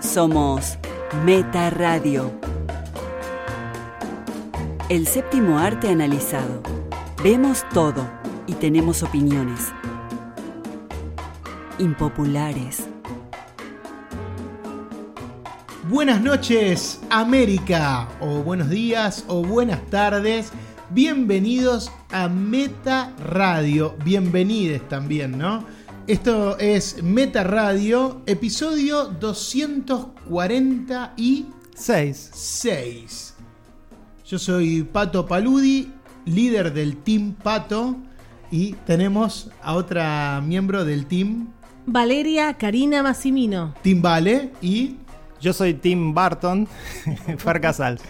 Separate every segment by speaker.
Speaker 1: Somos Meta Radio. El séptimo arte analizado. Vemos todo y tenemos opiniones. Impopulares.
Speaker 2: Buenas noches, América, o buenos días, o buenas tardes. Bienvenidos a Meta Radio. Bienvenides también, ¿no? Esto es Meta Radio, episodio 246.
Speaker 3: 6.
Speaker 2: Yo soy Pato Paludi, líder del Team Pato, y tenemos a otra miembro del Team,
Speaker 4: Valeria Karina Massimino.
Speaker 2: Team Vale y
Speaker 3: Yo soy Tim Barton, Fer Casals.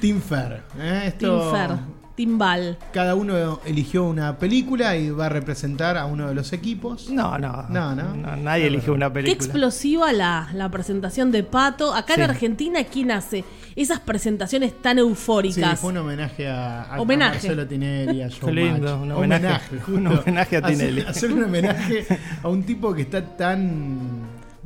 Speaker 2: Team Fer. ¿eh? Esto-
Speaker 4: Tim Fer. Timbal.
Speaker 2: Cada uno eligió una película y va a representar a uno de los equipos.
Speaker 3: No, no.
Speaker 2: No, no.
Speaker 3: nadie elige una
Speaker 4: Qué
Speaker 3: película.
Speaker 4: explosiva la, la presentación de Pato. Acá en
Speaker 3: Sí.
Speaker 4: Argentina, ¿quién hace esas presentaciones tan
Speaker 2: Sí,
Speaker 4: eufóricas?
Speaker 2: fue un homenaje a, a- a
Speaker 4: Homenaje.
Speaker 2: Marcelo Tinelli, a Joe
Speaker 3: Qué lindo,
Speaker 2: Macho.
Speaker 3: un homenaje.
Speaker 2: justo.
Speaker 3: Un homenaje a
Speaker 2: Hacer-
Speaker 3: Tinelli.
Speaker 2: Hacer, un homenaje a un tipo que está tan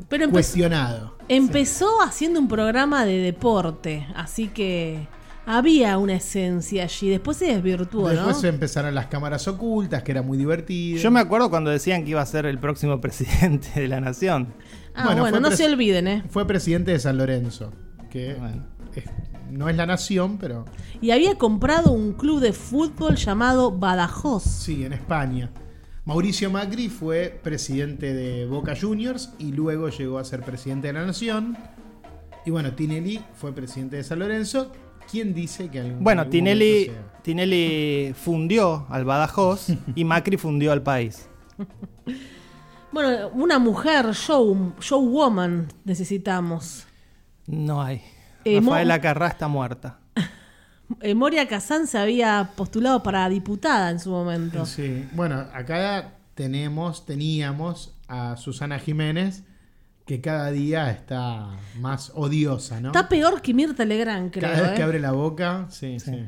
Speaker 4: Pero empe-
Speaker 2: cuestionado.
Speaker 4: empezó haciendo un programa de deporte, así que había una esencia allí. Después se desvirtuó, ¿no?
Speaker 2: Después empezaron las cámaras ocultas, que era muy divertido.
Speaker 3: Yo me acuerdo cuando decían que iba a ser el próximo presidente de la nación.
Speaker 4: Ah,
Speaker 2: bueno,
Speaker 4: bueno,
Speaker 2: fue
Speaker 4: no
Speaker 2: pres-
Speaker 4: se olviden, ¿eh?
Speaker 2: Fue presidente de San Lorenzo, que
Speaker 3: Ah, Bueno.
Speaker 2: es- no es la nación, pero
Speaker 4: Y había comprado un club de fútbol llamado Badajoz.
Speaker 2: sí, en España. Mauricio Macri fue presidente de Boca Juniors y luego llegó a ser presidente de la nación. Y bueno, Tinelli fue presidente de San Lorenzo. ¿Quién dice que algún
Speaker 3: Bueno,
Speaker 2: algún
Speaker 3: Tinelli,
Speaker 2: momento sea?
Speaker 3: Tinelli fundió al Badajoz y Macri fundió al país.
Speaker 4: Bueno, una mujer show, showwoman necesitamos.
Speaker 3: No hay.
Speaker 4: Eh, mo-
Speaker 3: Rafaela Carrá está muerta.
Speaker 4: Eh, Moria Kazán se había postulado para diputada en su momento.
Speaker 2: Sí. Bueno, acá tenemos, teníamos a Susana Jiménez, que cada día está más odiosa, ¿no?
Speaker 4: Está peor que Mirta Legrand, creo.
Speaker 2: cada vez que
Speaker 4: ¿eh?
Speaker 2: abre la boca, sí, sí.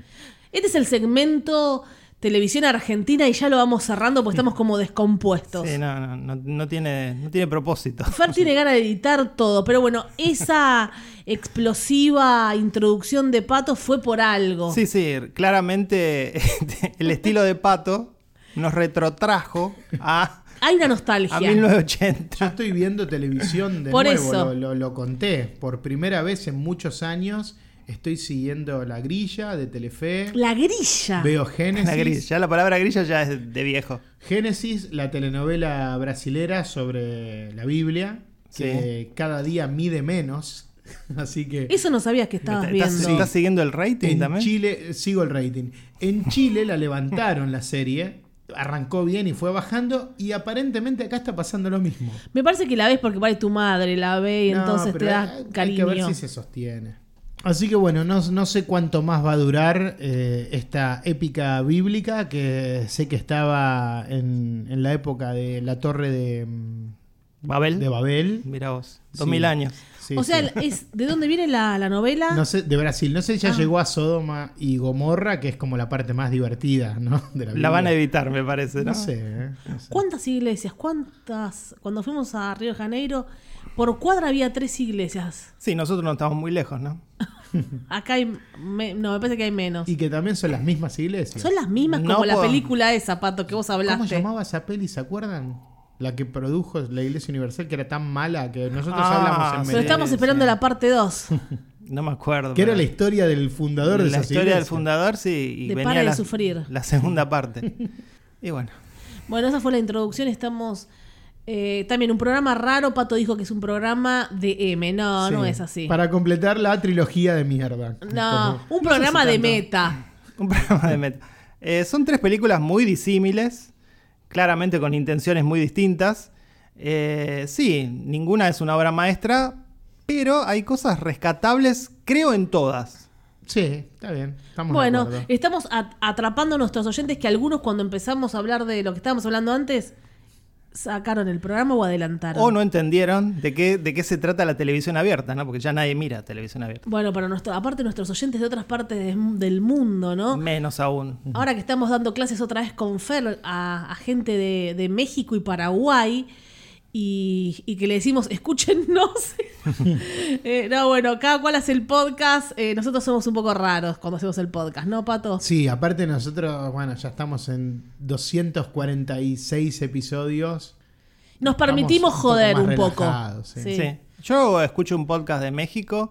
Speaker 4: Este es el segmento televisión argentina y ya lo vamos cerrando porque estamos como descompuestos.
Speaker 3: Sí, no, no, no, no tiene, no tiene propósito.
Speaker 4: Fer tiene ganas de editar todo, pero bueno, esa explosiva introducción de Pato fue por algo.
Speaker 3: Sí, sí, claramente este, el estilo de Pato nos retrotrajo a,
Speaker 4: Hay una nostalgia.
Speaker 3: a 1980.
Speaker 2: Yo estoy viendo televisión de
Speaker 4: Por
Speaker 2: nuevo,
Speaker 4: eso.
Speaker 2: Lo, lo- lo conté. Por primera vez en muchos años estoy siguiendo la grilla de Telefe.
Speaker 4: La grilla.
Speaker 2: Veo Génesis.
Speaker 3: La grilla, ya la palabra grilla ya es de viejo.
Speaker 2: Génesis, la telenovela brasilera sobre la Biblia, que cada día mide menos. Así que.
Speaker 4: Eso no sabías que estabas
Speaker 3: ¿Estás,
Speaker 4: viendo.
Speaker 3: estás siguiendo el rating
Speaker 2: En
Speaker 3: también?
Speaker 2: Chile, sigo el rating. En Chile la levantaron la serie, arrancó bien y fue bajando, y aparentemente acá está pasando lo mismo.
Speaker 4: Me parece que la ves porque vale tu madre, la ve y
Speaker 2: No,
Speaker 4: entonces
Speaker 2: pero
Speaker 4: te
Speaker 2: hay-
Speaker 4: da
Speaker 2: Hay
Speaker 4: cariño.
Speaker 2: que ver si se sostiene. Así que bueno, no, no sé cuánto más va a durar eh, esta épica bíblica que sé que estaba en, en la época de la torre de, mm,
Speaker 3: ¿Babel?
Speaker 2: de Babel.
Speaker 3: Mira vos,
Speaker 2: Sí.
Speaker 3: 2000 años.
Speaker 2: Sí,
Speaker 4: o sea,
Speaker 2: sí.
Speaker 4: es, ¿de dónde viene la, la novela?
Speaker 2: No sé, de Brasil. No sé si ya
Speaker 4: Ah.
Speaker 2: llegó a Sodoma y Gomorra, que es como la parte más divertida, ¿no? De la,
Speaker 3: La van a
Speaker 2: Biblia.
Speaker 3: evitar, me parece, ¿no?
Speaker 2: No sé, ¿eh? No sé.
Speaker 4: ¿Cuántas iglesias? ¿Cuántas? Cuando fuimos a Río de Janeiro, por cuadra había tres iglesias.
Speaker 3: Sí, nosotros no estamos muy lejos, ¿no?
Speaker 4: Acá hay. me- no, me parece que hay menos.
Speaker 2: Mm. Y que también son las mismas iglesias.
Speaker 4: Son las mismas
Speaker 3: No
Speaker 4: como la
Speaker 3: puedo-
Speaker 4: película esa, Pato, que vos
Speaker 2: ¿Cómo
Speaker 4: hablaste.
Speaker 2: llamaba esa peli? ¿Se acuerdan? La que produjo la Iglesia Universal, que era tan mala que nosotros
Speaker 3: Ah,
Speaker 2: hablamos en
Speaker 3: sí.
Speaker 4: Pero estamos
Speaker 2: Meredes,
Speaker 4: esperando
Speaker 2: ¿eh?
Speaker 4: la parte 2.
Speaker 3: No me acuerdo.
Speaker 2: Que era la
Speaker 3: pero-
Speaker 2: historia del fundador de
Speaker 3: la
Speaker 2: esas
Speaker 3: historia del
Speaker 2: iglesias.
Speaker 3: fundador, sí. Y
Speaker 4: De
Speaker 3: venía
Speaker 4: Para de
Speaker 3: la,
Speaker 4: Sufrir.
Speaker 3: la segunda parte. Y bueno,
Speaker 4: Bueno, esa fue la introducción. Estamos. eh, también un programa raro. Pato dijo que es un programa de M. No,
Speaker 2: Sí.
Speaker 4: no es así.
Speaker 2: Para completar la trilogía de mierda.
Speaker 4: No,
Speaker 2: Como-
Speaker 4: un programa de
Speaker 2: tanto.
Speaker 4: meta.
Speaker 3: un programa de meta. Eh, son tres películas muy disímiles, claramente con intenciones muy distintas. Eh, sí, ninguna es una obra maestra, pero hay cosas rescatables, creo, en todas.
Speaker 2: Sí, está bien. Estamos de
Speaker 4: Bueno,
Speaker 2: acuerdo.
Speaker 4: estamos at- atrapando a nuestros oyentes que algunos cuando empezamos a hablar de lo que estábamos hablando antes, sacaron el programa o adelantaron.
Speaker 2: Oh,
Speaker 3: O no entendieron de qué, de qué se trata la televisión abierta, ¿no? Porque ya nadie mira televisión abierta.
Speaker 4: Bueno, para nuestro, aparte nuestros oyentes de otras partes de- del mundo,
Speaker 2: Mm.
Speaker 4: ¿no?
Speaker 3: Menos aún.
Speaker 4: Ahora que estamos dando clases otra vez con Fer a, a gente de, de México y Paraguay, y, y que le decimos, escúchennos. Eh, no, bueno, cada cual hace el podcast. Eh, nosotros somos un poco raros cuando hacemos el podcast, ¿no, Pato?
Speaker 2: Sí, aparte nosotros, bueno, ya estamos en 246 episodios.
Speaker 4: Nos permitimos
Speaker 2: Estamos
Speaker 4: joder
Speaker 2: más
Speaker 4: un poco.
Speaker 2: relajados, sí.
Speaker 4: Sí.
Speaker 3: Sí. Yo escucho un podcast de México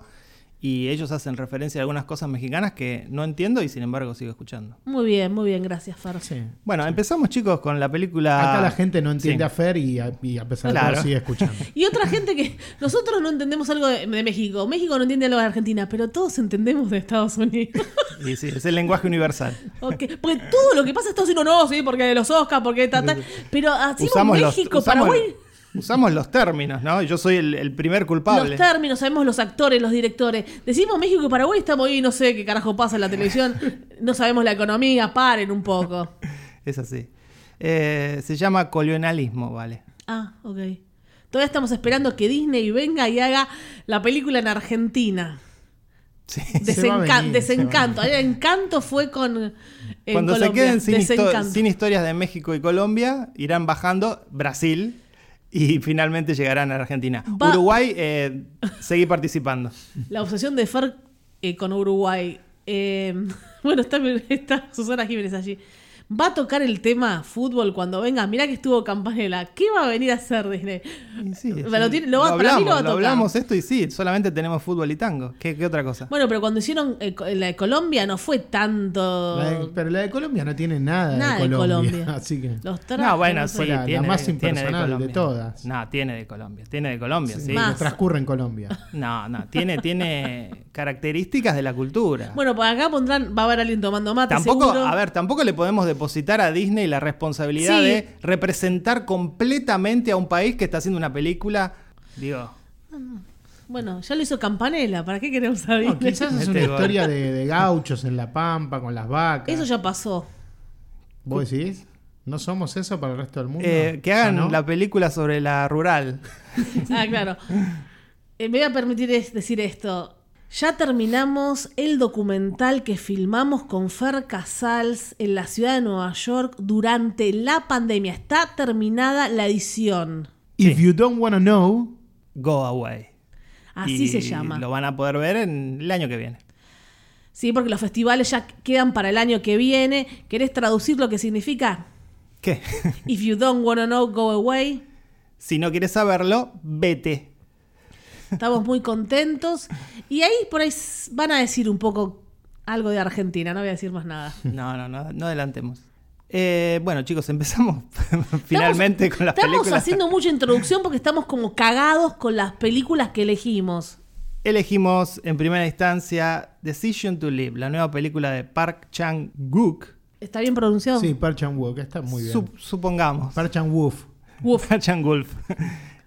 Speaker 3: y ellos hacen referencia a algunas cosas mexicanas que no entiendo y sin embargo sigo escuchando.
Speaker 4: Muy bien, muy bien, gracias, Far.
Speaker 2: Sí.
Speaker 3: Bueno, empezamos chicos con la película...
Speaker 2: Acá la gente no entiende
Speaker 3: Ah. Sí.
Speaker 2: a Fer y a, y a pesar de
Speaker 3: Claro.
Speaker 2: todo sigue escuchando.
Speaker 4: Y otra gente que nosotros no entendemos algo de, de México. México no entiende algo de Argentina, pero todos entendemos de Estados Unidos.
Speaker 3: Y sí, es el lenguaje universal.
Speaker 4: Ok, Porque todo lo que pasa en Estados Unidos, no, sí, porque los Oscars, porque tal, tal. Pero hacemos México,
Speaker 3: usamos,
Speaker 4: Paraguay.
Speaker 3: usamos los términos, ¿no? Yo soy el, el primer culpable.
Speaker 4: Los términos, sabemos los actores, los directores. Decimos México y Paraguay, estamos ahí, no sé qué carajo pasa en la televisión. No sabemos la economía, paren un poco.
Speaker 3: Es así. Eh, se llama colonialismo, ¿vale?
Speaker 4: Ah, ok. Todavía estamos esperando que Disney venga y haga la película en Argentina.
Speaker 3: Sí.
Speaker 2: Se va a
Speaker 4: Desenca-
Speaker 2: venir,
Speaker 4: desencanto. El encanto fue con. en
Speaker 3: Cuando se
Speaker 4: Colombia.
Speaker 3: queden sin, histo-
Speaker 4: Desencanto.
Speaker 3: sin historias de México y Colombia, irán bajando Brasil y finalmente llegarán a Argentina.
Speaker 4: Va-
Speaker 3: Uruguay, eh, seguí participando.
Speaker 4: La obsesión de Fer eh, con Uruguay. Eh, bueno, está, está Susana Jiménez allí. ¿Va a tocar el tema fútbol cuando venga? Mirá que estuvo Campanella. ¿Qué va a venir a hacer Disney?
Speaker 3: Y sí,
Speaker 4: Pero
Speaker 3: sí.
Speaker 4: lo tiene- lo va- para mí lo va a
Speaker 3: lo
Speaker 4: tocar.
Speaker 3: hablamos esto y sí, solamente tenemos fútbol y tango. ¿Qué, qué otra cosa?
Speaker 4: Bueno, pero cuando hicieron eh, co- la de Colombia no fue tanto...
Speaker 2: La de- pero la de Colombia no tiene nada,
Speaker 4: Nada
Speaker 2: de,
Speaker 4: de
Speaker 2: Colombia,
Speaker 4: Colombia.
Speaker 2: Así que.
Speaker 4: Los trajes,
Speaker 3: No, bueno,
Speaker 4: no sé.
Speaker 3: sí,
Speaker 2: la- la
Speaker 3: tiene,
Speaker 2: más
Speaker 3: tiene
Speaker 2: impersonal de
Speaker 3: de, Colombia.
Speaker 2: todas.
Speaker 3: No, tiene de Colombia, tiene de Colombia, sí.
Speaker 2: no
Speaker 4: Más.
Speaker 2: transcurre en Colombia.
Speaker 3: No, no, tiene, tiene características de la cultura.
Speaker 4: Bueno, pues acá pondrán, va a haber alguien tomando mate.
Speaker 3: Tampoco,
Speaker 4: seguro.
Speaker 3: a ver, tampoco le podemos depositar a Disney la responsabilidad
Speaker 4: Sí.
Speaker 3: de representar completamente a un país que está haciendo una película. Digo,
Speaker 4: Bueno, ya lo hizo Campanella, ¿para qué queremos a
Speaker 2: No,
Speaker 4: Disney?
Speaker 2: quizás es
Speaker 3: Este
Speaker 2: una
Speaker 3: gol.
Speaker 2: historia de, de gauchos en la pampa, con las vacas.
Speaker 4: Eso ya pasó.
Speaker 2: ¿Vos decís? ¿No somos eso para el resto del mundo?
Speaker 3: eh, que
Speaker 2: ¿Ya
Speaker 3: hagan
Speaker 2: no?
Speaker 3: la película sobre la rural.
Speaker 4: Ah, claro. Eh, me voy a permitir es- decir esto. Ya terminamos el documental que filmamos con Fer Casals en la ciudad de Nueva York durante la pandemia. Está terminada la edición.
Speaker 2: If you don't wanna know,
Speaker 3: Go Away.
Speaker 4: Así
Speaker 3: Y
Speaker 4: se llama.
Speaker 3: Lo van a poder ver en el año que viene.
Speaker 4: Sí, porque los festivales ya quedan para el año que viene. ¿Querés traducir lo que significa?
Speaker 3: ¿Qué?
Speaker 4: If you don't wanna know, go away.
Speaker 3: si no quieres saberlo, vete.
Speaker 4: Estamos muy contentos. Y ahí por ahí s- van a decir un poco algo de Argentina. No voy a decir más nada.
Speaker 3: No, no, no, no adelantemos. Eh, bueno, chicos, empezamos finalmente
Speaker 4: Estamos-
Speaker 3: con las
Speaker 4: Estamos
Speaker 3: películas.
Speaker 4: haciendo mucha introducción porque estamos como cagados con las películas que elegimos.
Speaker 3: Elegimos en primera instancia Decision to Live, la nueva película de Park Chang-wook.
Speaker 4: ¿Está bien pronunciado?
Speaker 2: sí, Parch and Wolf, está muy bien.
Speaker 3: Sup- supongamos.
Speaker 2: Parch and Wolf.
Speaker 4: Uf.
Speaker 3: Park Chan-wook.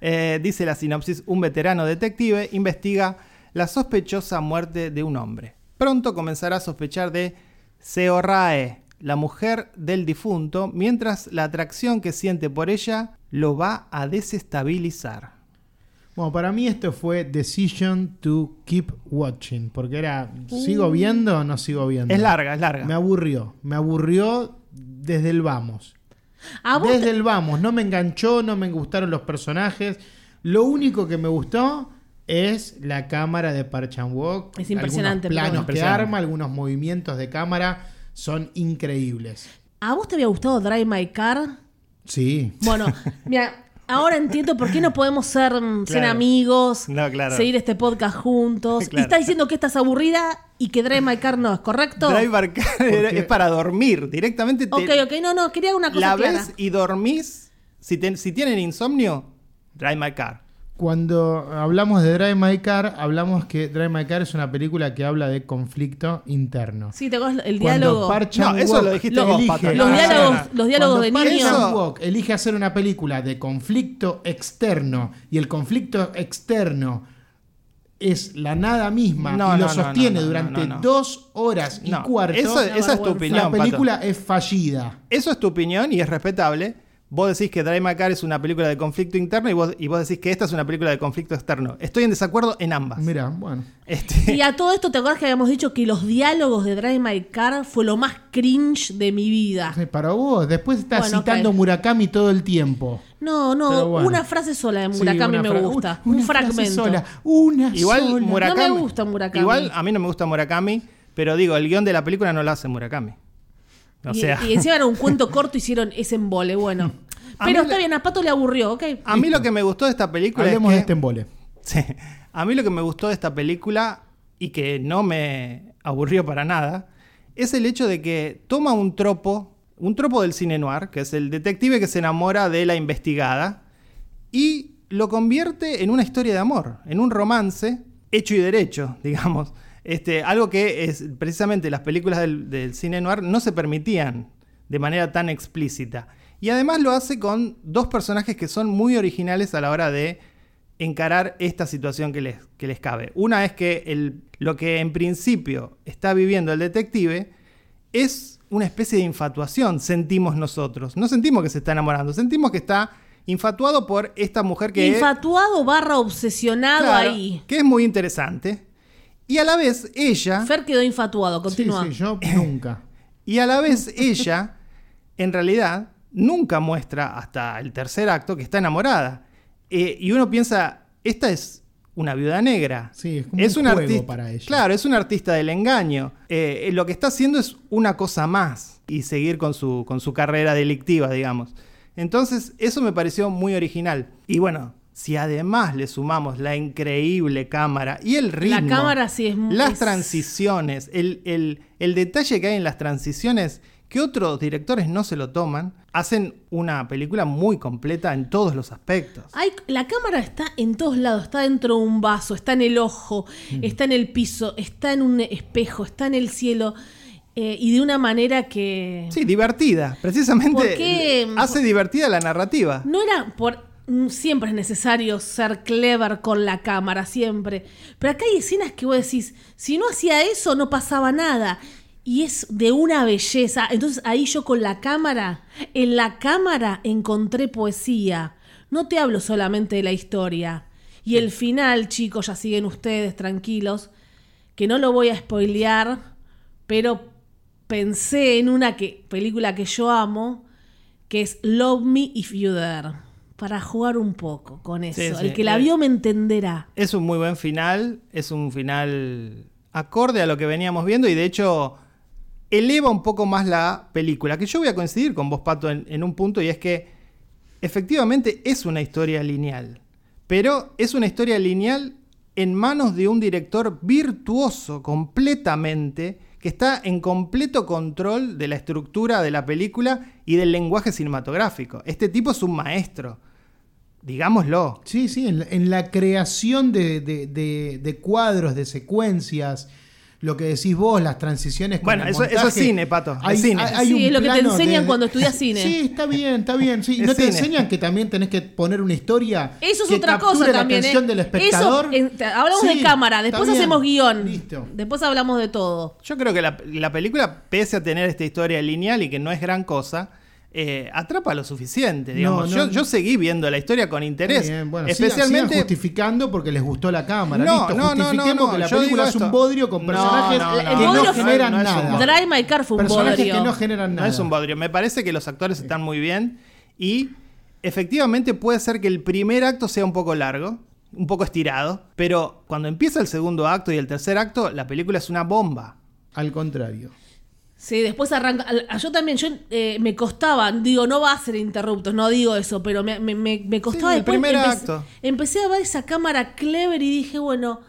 Speaker 3: Eh, dice la sinopsis, un veterano detective investiga la sospechosa muerte de un hombre. Pronto comenzará a sospechar de Seo Rae, la mujer del difunto, mientras la atracción que siente por ella lo va a desestabilizar.
Speaker 2: Bueno, para mí esto fue Decision to Keep Watching, porque era,
Speaker 4: Uh.
Speaker 2: ¿sigo viendo o no sigo viendo?
Speaker 3: Es larga, es
Speaker 2: Me
Speaker 3: larga.
Speaker 2: aburrió, me aburrió desde el vamos.
Speaker 4: ¿A vos
Speaker 2: Desde
Speaker 4: te-
Speaker 2: el vamos, no me enganchó, no me gustaron los personajes. Lo único que me gustó es la cámara de Parchan Walk.
Speaker 4: Es impresionante,
Speaker 2: Algunos planos
Speaker 4: perdón.
Speaker 2: que
Speaker 3: Impresionante.
Speaker 2: arma, algunos movimientos de cámara son increíbles.
Speaker 4: ¿A vos te había gustado Drive My Car?
Speaker 2: Sí.
Speaker 4: Bueno, mira, ahora entiendo por qué no podemos ser, mm, ser
Speaker 3: Claro.
Speaker 4: amigos,
Speaker 3: No, claro.
Speaker 4: seguir este podcast juntos. Y
Speaker 3: Claro.
Speaker 4: estás diciendo que estás aburrida y que Drive My Car no es correcto.
Speaker 3: Driver Car es para dormir, directamente te,
Speaker 4: Ok, ok, no, no, quería una cosa
Speaker 3: la
Speaker 4: clara.
Speaker 3: ves y dormís. Si, ten- si tienen insomnio, Drive My Car.
Speaker 2: Cuando hablamos de Drive My Car, hablamos que Drive My Car es una película que habla de conflicto interno.
Speaker 4: Sí, te acuerdas el
Speaker 2: Cuando
Speaker 4: diálogo.
Speaker 2: Park Chan-wook
Speaker 3: No, eso lo dijiste vos, Pato.
Speaker 4: Los
Speaker 3: No,
Speaker 4: diálogos,
Speaker 3: no, no.
Speaker 4: los diálogos de
Speaker 2: Cuando Park
Speaker 4: niños.
Speaker 2: Chan-wook elige hacer una película de conflicto externo y el conflicto externo es la nada misma
Speaker 3: No,
Speaker 2: y lo
Speaker 3: no, no,
Speaker 2: sostiene
Speaker 3: no, no,
Speaker 2: durante
Speaker 3: no, no.
Speaker 2: dos horas y
Speaker 3: No,
Speaker 2: cuarto,
Speaker 3: eso- esa es tu
Speaker 2: la
Speaker 3: opinión, Pato.
Speaker 2: película es fallida.
Speaker 3: Eso es tu opinión y es respetable, Vos decís que Drive My Car es una película de conflicto interno y vos, y vos decís que esta es una película de conflicto externo. Estoy en desacuerdo en ambas.
Speaker 2: Mira, bueno.
Speaker 3: Este,
Speaker 4: Y a todo esto, ¿te acuerdas que habíamos dicho que los diálogos de Drive My Car fue lo más cringe de mi vida?
Speaker 2: Sí, Para vos, después estás
Speaker 4: Bueno,
Speaker 2: citando
Speaker 4: ok.
Speaker 2: Murakami todo el tiempo.
Speaker 4: No, no,
Speaker 2: Pero bueno.
Speaker 4: una frase sola de
Speaker 2: Sí,
Speaker 4: Murakami
Speaker 2: una
Speaker 4: me
Speaker 2: fra-
Speaker 4: gusta.
Speaker 2: una
Speaker 4: un
Speaker 2: frase
Speaker 4: fragmento.
Speaker 2: sola, una
Speaker 3: igual
Speaker 2: sola.
Speaker 3: Murakami.
Speaker 4: No me gusta Murakami.
Speaker 3: Igual a mí no me gusta Murakami, pero digo, el guión de la película no lo hace Murakami. O
Speaker 4: y,
Speaker 3: sea,
Speaker 4: y encima era un cuento corto, hicieron ese embole, bueno.
Speaker 3: A
Speaker 4: Pero
Speaker 3: mí
Speaker 4: está
Speaker 3: la-
Speaker 4: bien, a Pato le aburrió, ¿ok?
Speaker 3: a mí lo que me gustó de esta película es
Speaker 2: Hablemos
Speaker 3: que-
Speaker 2: de este embole.
Speaker 3: Sí. A mí lo que me gustó de esta película y que no me aburrió para nada es el hecho de que toma un tropo, un tropo del cine noir, que es el detective que se enamora de la investigada y lo convierte en una historia de amor, en un romance hecho y derecho, digamos. Este, algo que es precisamente las películas del, del cine noir no se permitían de manera tan explícita. Y además lo hace con dos personajes que son muy originales a la hora de encarar esta situación que les, que les cabe. Una es que el- lo que en principio está viviendo el detective es una especie de infatuación, sentimos nosotros. No sentimos que se está enamorando, sentimos que está infatuado por esta mujer que
Speaker 4: Infatuado barra obsesionado
Speaker 3: claro,
Speaker 4: ahí.
Speaker 3: que es muy interesante. Y a la vez ella...
Speaker 4: Fer quedó infatuado, continúa.
Speaker 2: Sí, sí, yo nunca.
Speaker 3: Y a la vez ella, en realidad, nunca muestra hasta el tercer acto que está enamorada. Eh, y uno piensa, esta es una viuda negra.
Speaker 2: Sí, es como un juego
Speaker 3: artista,
Speaker 2: para ella.
Speaker 3: Claro, es un artista del engaño. Eh, eh, lo que está haciendo es una cosa más y seguir con su, con su carrera delictiva, digamos. Entonces, eso me pareció muy original. Y bueno, si además le sumamos la increíble cámara y el ritmo.
Speaker 4: cámara sí es muy-
Speaker 3: Las
Speaker 4: es-
Speaker 3: transiciones, el, el- el detalle que hay en las transiciones que otros directores no se lo toman, hacen una película muy completa en todos los aspectos.
Speaker 4: Hay- la cámara está en todos lados, está dentro de un vaso, está en el ojo, está en el piso, está en un espejo, está en el cielo. eh, y de una manera que.
Speaker 3: Sí, divertida. Precisamente
Speaker 4: ¿Por qué?
Speaker 3: hace divertida la narrativa.
Speaker 4: No era por. mm, Siempre es necesario ser clever con la cámara, siempre. Pero acá hay escenas que vos decís, si no hacía eso, no pasaba nada. Y es de una belleza. Entonces ahí yo con la cámara, en la cámara encontré poesía. No te hablo solamente de la historia. Y el final, chicos, ya siguen ustedes tranquilos, que no lo voy a spoilear, pero pensé en una que, película que yo amo, que es Love Me If You Dare, para jugar un poco con eso.
Speaker 3: Sí, sí,
Speaker 4: El que la
Speaker 3: eh.
Speaker 4: vio me entenderá.
Speaker 3: Es un muy buen final, es un final acorde a lo que veníamos viendo y de hecho eleva un poco más la película, que yo voy a coincidir con vos, Pato, en, en un punto y es que efectivamente es una historia lineal, pero es una historia lineal en manos de un director virtuoso completamente, que está en completo control de la estructura de la película y del lenguaje cinematográfico. Este tipo es un maestro, digámoslo.
Speaker 2: Sí, sí, en la, en la creación de, de- de- de cuadros, de secuencias, lo que decís vos, las transiciones. con
Speaker 3: Bueno,
Speaker 2: el
Speaker 3: eso- eso es
Speaker 2: montaje.
Speaker 3: cine, Pato, es cine.
Speaker 4: Sí,
Speaker 2: un
Speaker 4: es lo que te
Speaker 2: plano
Speaker 4: enseñan cuando estudias cine.
Speaker 2: Sí, está bien, está bien. Sí.
Speaker 3: Es
Speaker 2: ¿No te
Speaker 3: cine.
Speaker 2: enseñan que también tenés que poner una historia
Speaker 4: Eso es
Speaker 2: que
Speaker 4: otra
Speaker 2: capture
Speaker 4: cosa
Speaker 2: la
Speaker 4: también.
Speaker 2: atención
Speaker 4: ¿eh?
Speaker 2: del espectador?
Speaker 4: Eso, en- te- hablamos
Speaker 2: Sí,
Speaker 4: de cámara,
Speaker 2: está
Speaker 4: después
Speaker 2: bien.
Speaker 4: hacemos guión.
Speaker 2: Listo.
Speaker 4: Después hablamos de todo.
Speaker 3: Yo creo que la, la película, pese a tener esta historia lineal y que no es gran cosa, eh, atrapa lo suficiente, digamos.
Speaker 2: No, no,
Speaker 3: yo,
Speaker 2: no.
Speaker 3: yo seguí viendo la historia con interés.
Speaker 2: Está bien, bueno, sigan-
Speaker 3: especialmente.
Speaker 2: sigan justificando porque les gustó la cámara.
Speaker 3: No,
Speaker 2: Listo,
Speaker 3: no, no,
Speaker 2: justifiquemos
Speaker 3: no, no,
Speaker 2: que la
Speaker 3: yo
Speaker 2: película
Speaker 3: digo
Speaker 2: es un
Speaker 3: esto.
Speaker 2: bodrio con
Speaker 3: No,
Speaker 2: personajes
Speaker 3: no, no,
Speaker 2: que
Speaker 4: no,
Speaker 2: no,
Speaker 4: no,
Speaker 2: generan
Speaker 3: no, no es un
Speaker 2: nada.
Speaker 3: bodrio.
Speaker 4: Drive My Car fue un
Speaker 2: personajes que
Speaker 4: bodrio.
Speaker 2: no generan nada.
Speaker 3: No es un bodrio. Me parece que los actores están muy bien. Y efectivamente puede ser que el primer acto sea un poco largo, un poco estirado. Pero cuando empieza el segundo acto y el tercer acto, la película es una bomba.
Speaker 2: Al contrario.
Speaker 4: Sí, después arranca. al- a- Yo también, yo eh, me costaba, digo, no va a ser interruptos, no digo eso, pero me, me- me- me costaba
Speaker 3: Sí, el
Speaker 4: después.
Speaker 3: primer
Speaker 4: empecé,
Speaker 3: acto.
Speaker 4: empecé a ver esa cámara clever y dije, bueno.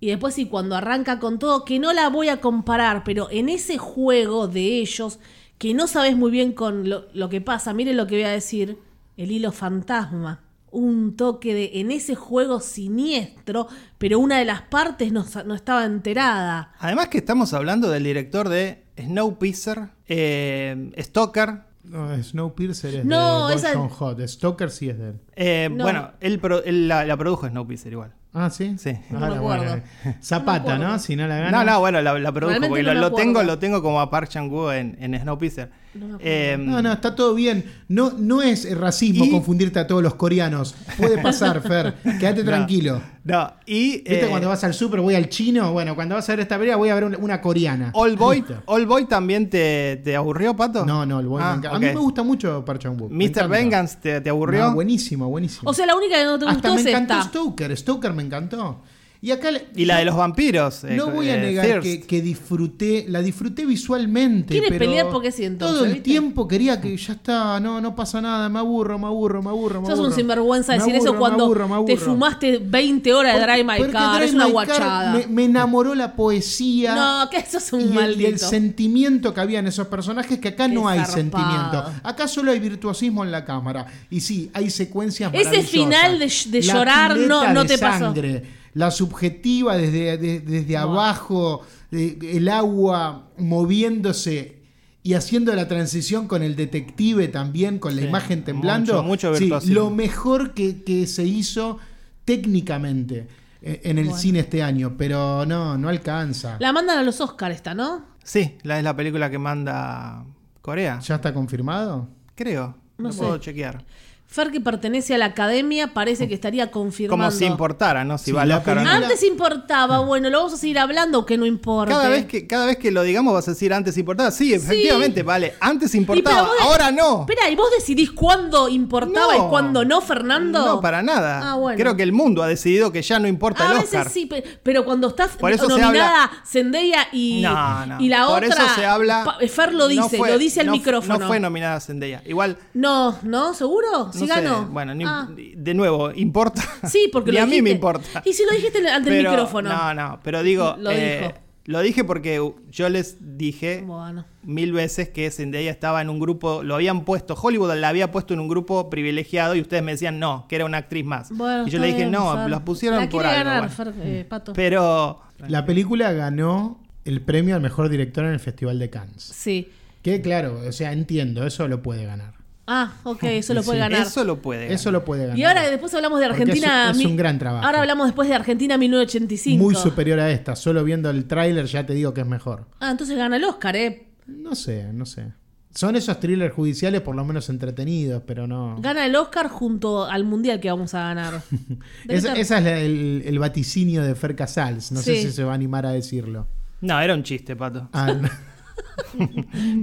Speaker 4: Y después, sí, cuando arranca con todo, que no la voy a comparar, pero en ese juego de ellos, que no sabes muy bien con lo, lo que pasa, miren lo que voy a decir: el hilo fantasma. Un toque de. En ese juego siniestro, pero una de las partes no, sa- no estaba enterada.
Speaker 3: Además que estamos hablando del director de Snowpiercer, eh, Stalker,
Speaker 2: No, Snowpiercer es
Speaker 4: No,
Speaker 2: de Boy
Speaker 4: esa-
Speaker 2: John Hot. Stoker sí es de él.
Speaker 3: Eh,
Speaker 4: No.
Speaker 3: Bueno, él, pro- él la, la produjo Snowpiercer igual.
Speaker 2: Ah, sí.
Speaker 3: Sí.
Speaker 4: No me
Speaker 2: Ahora,
Speaker 4: acuerdo.
Speaker 2: bueno. eh,
Speaker 4: No me
Speaker 2: Zapata,
Speaker 4: acuerdo.
Speaker 2: ¿no? Si no la gana.
Speaker 3: No, no, bueno, la, la produjo.
Speaker 4: Realmente
Speaker 3: porque
Speaker 4: no
Speaker 3: lo,
Speaker 4: me
Speaker 3: lo
Speaker 4: acuerdo.
Speaker 3: tengo, lo tengo como a Park Chan-wook en, en Snowpiercer.
Speaker 4: No me acuerdo.
Speaker 3: Eh,
Speaker 2: No, no, está todo bien. No, no es racismo
Speaker 3: Y-
Speaker 2: confundirte a todos los coreanos. Puede pasar, Fer. Quédate
Speaker 3: No.
Speaker 2: tranquilo.
Speaker 3: no, y
Speaker 2: ¿Viste
Speaker 3: eh,
Speaker 2: cuando vas al súper voy al chino? Bueno, cuando vas a ver esta pelea voy a ver un- una coreana.
Speaker 3: All Boy,
Speaker 2: Listo.
Speaker 3: All Boy también te, te aburrió, Pato.
Speaker 2: No, no, el boy
Speaker 3: Ah,
Speaker 2: me encanta.
Speaker 3: ok.
Speaker 2: A mí me gusta mucho Park Chan-wook. Me
Speaker 3: Mr.
Speaker 2: encanta.
Speaker 3: Vengeance te, te aburrió.
Speaker 2: No, buenísimo, buenísimo.
Speaker 4: O sea, la única que no te
Speaker 2: Hasta
Speaker 4: gustó
Speaker 2: me
Speaker 4: es
Speaker 2: encantó
Speaker 4: esta.
Speaker 2: Stoker. Stoker me encantó. Y acá... le-
Speaker 3: y la de los vampiros. eh,
Speaker 2: No voy a
Speaker 3: eh,
Speaker 2: negar
Speaker 3: Thirst.
Speaker 2: que, que disfruté, la disfruté visualmente.
Speaker 4: ¿Quieres
Speaker 2: pero
Speaker 4: pelear? Porque sí, entonces,
Speaker 2: Todo el
Speaker 4: ¿viste?
Speaker 2: tiempo quería que ya está, no, no pasa nada, me aburro, me aburro, me aburro. me
Speaker 4: Sos un
Speaker 2: aburro.
Speaker 4: sinvergüenza
Speaker 2: Me
Speaker 4: decir eso
Speaker 2: aburro, me
Speaker 4: cuando
Speaker 2: aburro, me
Speaker 4: te
Speaker 2: aburro.
Speaker 4: fumaste 20 horas de
Speaker 2: Porque-
Speaker 4: Drive My
Speaker 2: porque
Speaker 4: Car.
Speaker 2: Drive
Speaker 4: Es una
Speaker 2: My Car
Speaker 4: guachada.
Speaker 2: Me, me enamoró la poesía.
Speaker 4: No, que eso es un
Speaker 2: y el- y el,
Speaker 4: maldito.
Speaker 2: sentimiento que había en esos personajes que acá
Speaker 4: Qué
Speaker 2: no hay
Speaker 4: zarpado.
Speaker 2: sentimiento. Acá solo hay virtuosismo en la cámara. Y sí, hay secuencias
Speaker 4: Ese
Speaker 2: maravillosas.
Speaker 4: final de ll- de
Speaker 2: La
Speaker 4: llorar no-
Speaker 2: pileta
Speaker 4: no
Speaker 2: de
Speaker 4: te pasó.
Speaker 2: sangre, La subjetiva desde, de- desde abajo, de- el agua moviéndose y haciendo la transición con el detective también, con la
Speaker 3: Sí,
Speaker 2: imagen temblando.
Speaker 3: mucho, mucho
Speaker 2: Sí,
Speaker 3: virtuosismo.
Speaker 2: lo mejor que, que se hizo técnicamente eh, en el
Speaker 4: Bueno.
Speaker 2: cine este año, pero no, no alcanza.
Speaker 4: La mandan a los Oscars esta, ¿no?
Speaker 3: Sí, la, es la película que manda Corea.
Speaker 2: ¿Ya está confirmado?
Speaker 3: Creo. No,
Speaker 4: No sé.
Speaker 3: puedo chequear.
Speaker 4: Fer, que pertenece a la academia, parece que estaría confirmando.
Speaker 3: Como si importara, ¿no? Si
Speaker 2: Sí,
Speaker 3: va al
Speaker 2: la
Speaker 3: Oscar o no.
Speaker 2: película-
Speaker 4: Antes importaba, bueno, lo vamos a seguir hablando que no importa.
Speaker 3: Cada vez, que, cada vez que lo digamos vas a decir antes importaba. Sí, efectivamente, vale. Antes importaba,
Speaker 4: vos-
Speaker 3: ahora no.
Speaker 4: Espera, ¿y vos decidís cuándo importaba
Speaker 3: No.
Speaker 4: y cuándo no, Fernando?
Speaker 3: No, para nada.
Speaker 4: Ah, bueno.
Speaker 3: Creo que el mundo ha decidido que ya no importa
Speaker 4: A
Speaker 3: el
Speaker 4: veces
Speaker 3: Oscar.
Speaker 4: sí, pe- pero cuando estás
Speaker 3: Por eso se
Speaker 4: nominada Zendaya y,
Speaker 3: No, no.
Speaker 4: y la
Speaker 3: Por
Speaker 4: otra.
Speaker 3: eso se habla.
Speaker 4: pa- Fer lo dice,
Speaker 3: no fue-
Speaker 4: lo dice al
Speaker 3: no f-
Speaker 4: micrófono.
Speaker 3: No fue nominada Zendaya. Igual.
Speaker 4: No, ¿no? ¿Seguro?
Speaker 3: No
Speaker 4: ¿Sí
Speaker 3: sé,
Speaker 4: ganó?
Speaker 3: Bueno, ni-
Speaker 4: Ah,
Speaker 3: de nuevo, ¿importa?
Speaker 4: Sí, porque
Speaker 3: Ni
Speaker 4: lo
Speaker 3: a mí me
Speaker 4: dijiste.
Speaker 3: importa.
Speaker 4: Y si lo dijiste ante el
Speaker 3: Pero-
Speaker 4: micrófono.
Speaker 3: No, no, pero digo.
Speaker 4: Lo
Speaker 3: eh,
Speaker 4: dijo.
Speaker 3: Lo dije porque yo les dije
Speaker 4: Bueno.
Speaker 3: mil veces que Zendaya estaba en un grupo, lo habían puesto, Hollywood la había puesto en un grupo privilegiado y ustedes me decían no, que era una actriz más.
Speaker 4: Bueno,
Speaker 3: y yo
Speaker 4: está
Speaker 3: le dije,
Speaker 4: bien,
Speaker 3: no,
Speaker 4: Fer.
Speaker 3: los pusieron
Speaker 4: La
Speaker 3: por
Speaker 4: quiere
Speaker 3: algo.
Speaker 4: ganar,
Speaker 3: bueno". Mm.
Speaker 4: Fer, eh, Pato.
Speaker 3: Pero
Speaker 2: La película ganó el premio al mejor director en el Festival de Cannes.
Speaker 4: Sí.
Speaker 2: Que claro, o sea, entiendo, eso lo puede ganar.
Speaker 4: Ah, ok, eso lo
Speaker 2: Sí,
Speaker 4: puede ganar.
Speaker 3: eso lo puede.
Speaker 2: Eso
Speaker 3: ganar.
Speaker 2: lo puede ganar.
Speaker 4: Y ahora después hablamos de
Speaker 2: Porque
Speaker 4: Argentina.
Speaker 2: es un- es
Speaker 4: mi-
Speaker 2: un gran trabajo.
Speaker 4: Ahora hablamos después de Argentina 1985.
Speaker 2: Muy superior a esta. Solo viendo el tráiler ya te digo que es mejor.
Speaker 4: Ah, entonces gana el Oscar, ¿eh?
Speaker 2: No sé, no sé. Son esos thrillers judiciales por lo menos entretenidos, pero no...
Speaker 4: Gana el Oscar junto al mundial que vamos a ganar. ¿De qué
Speaker 2: Es-
Speaker 4: te-
Speaker 2: esa es la- el, el vaticinio de Fer Casals. No sé
Speaker 4: Sí.
Speaker 2: si se va a animar a decirlo.
Speaker 3: No, era un chiste, pato.
Speaker 2: Ah, no.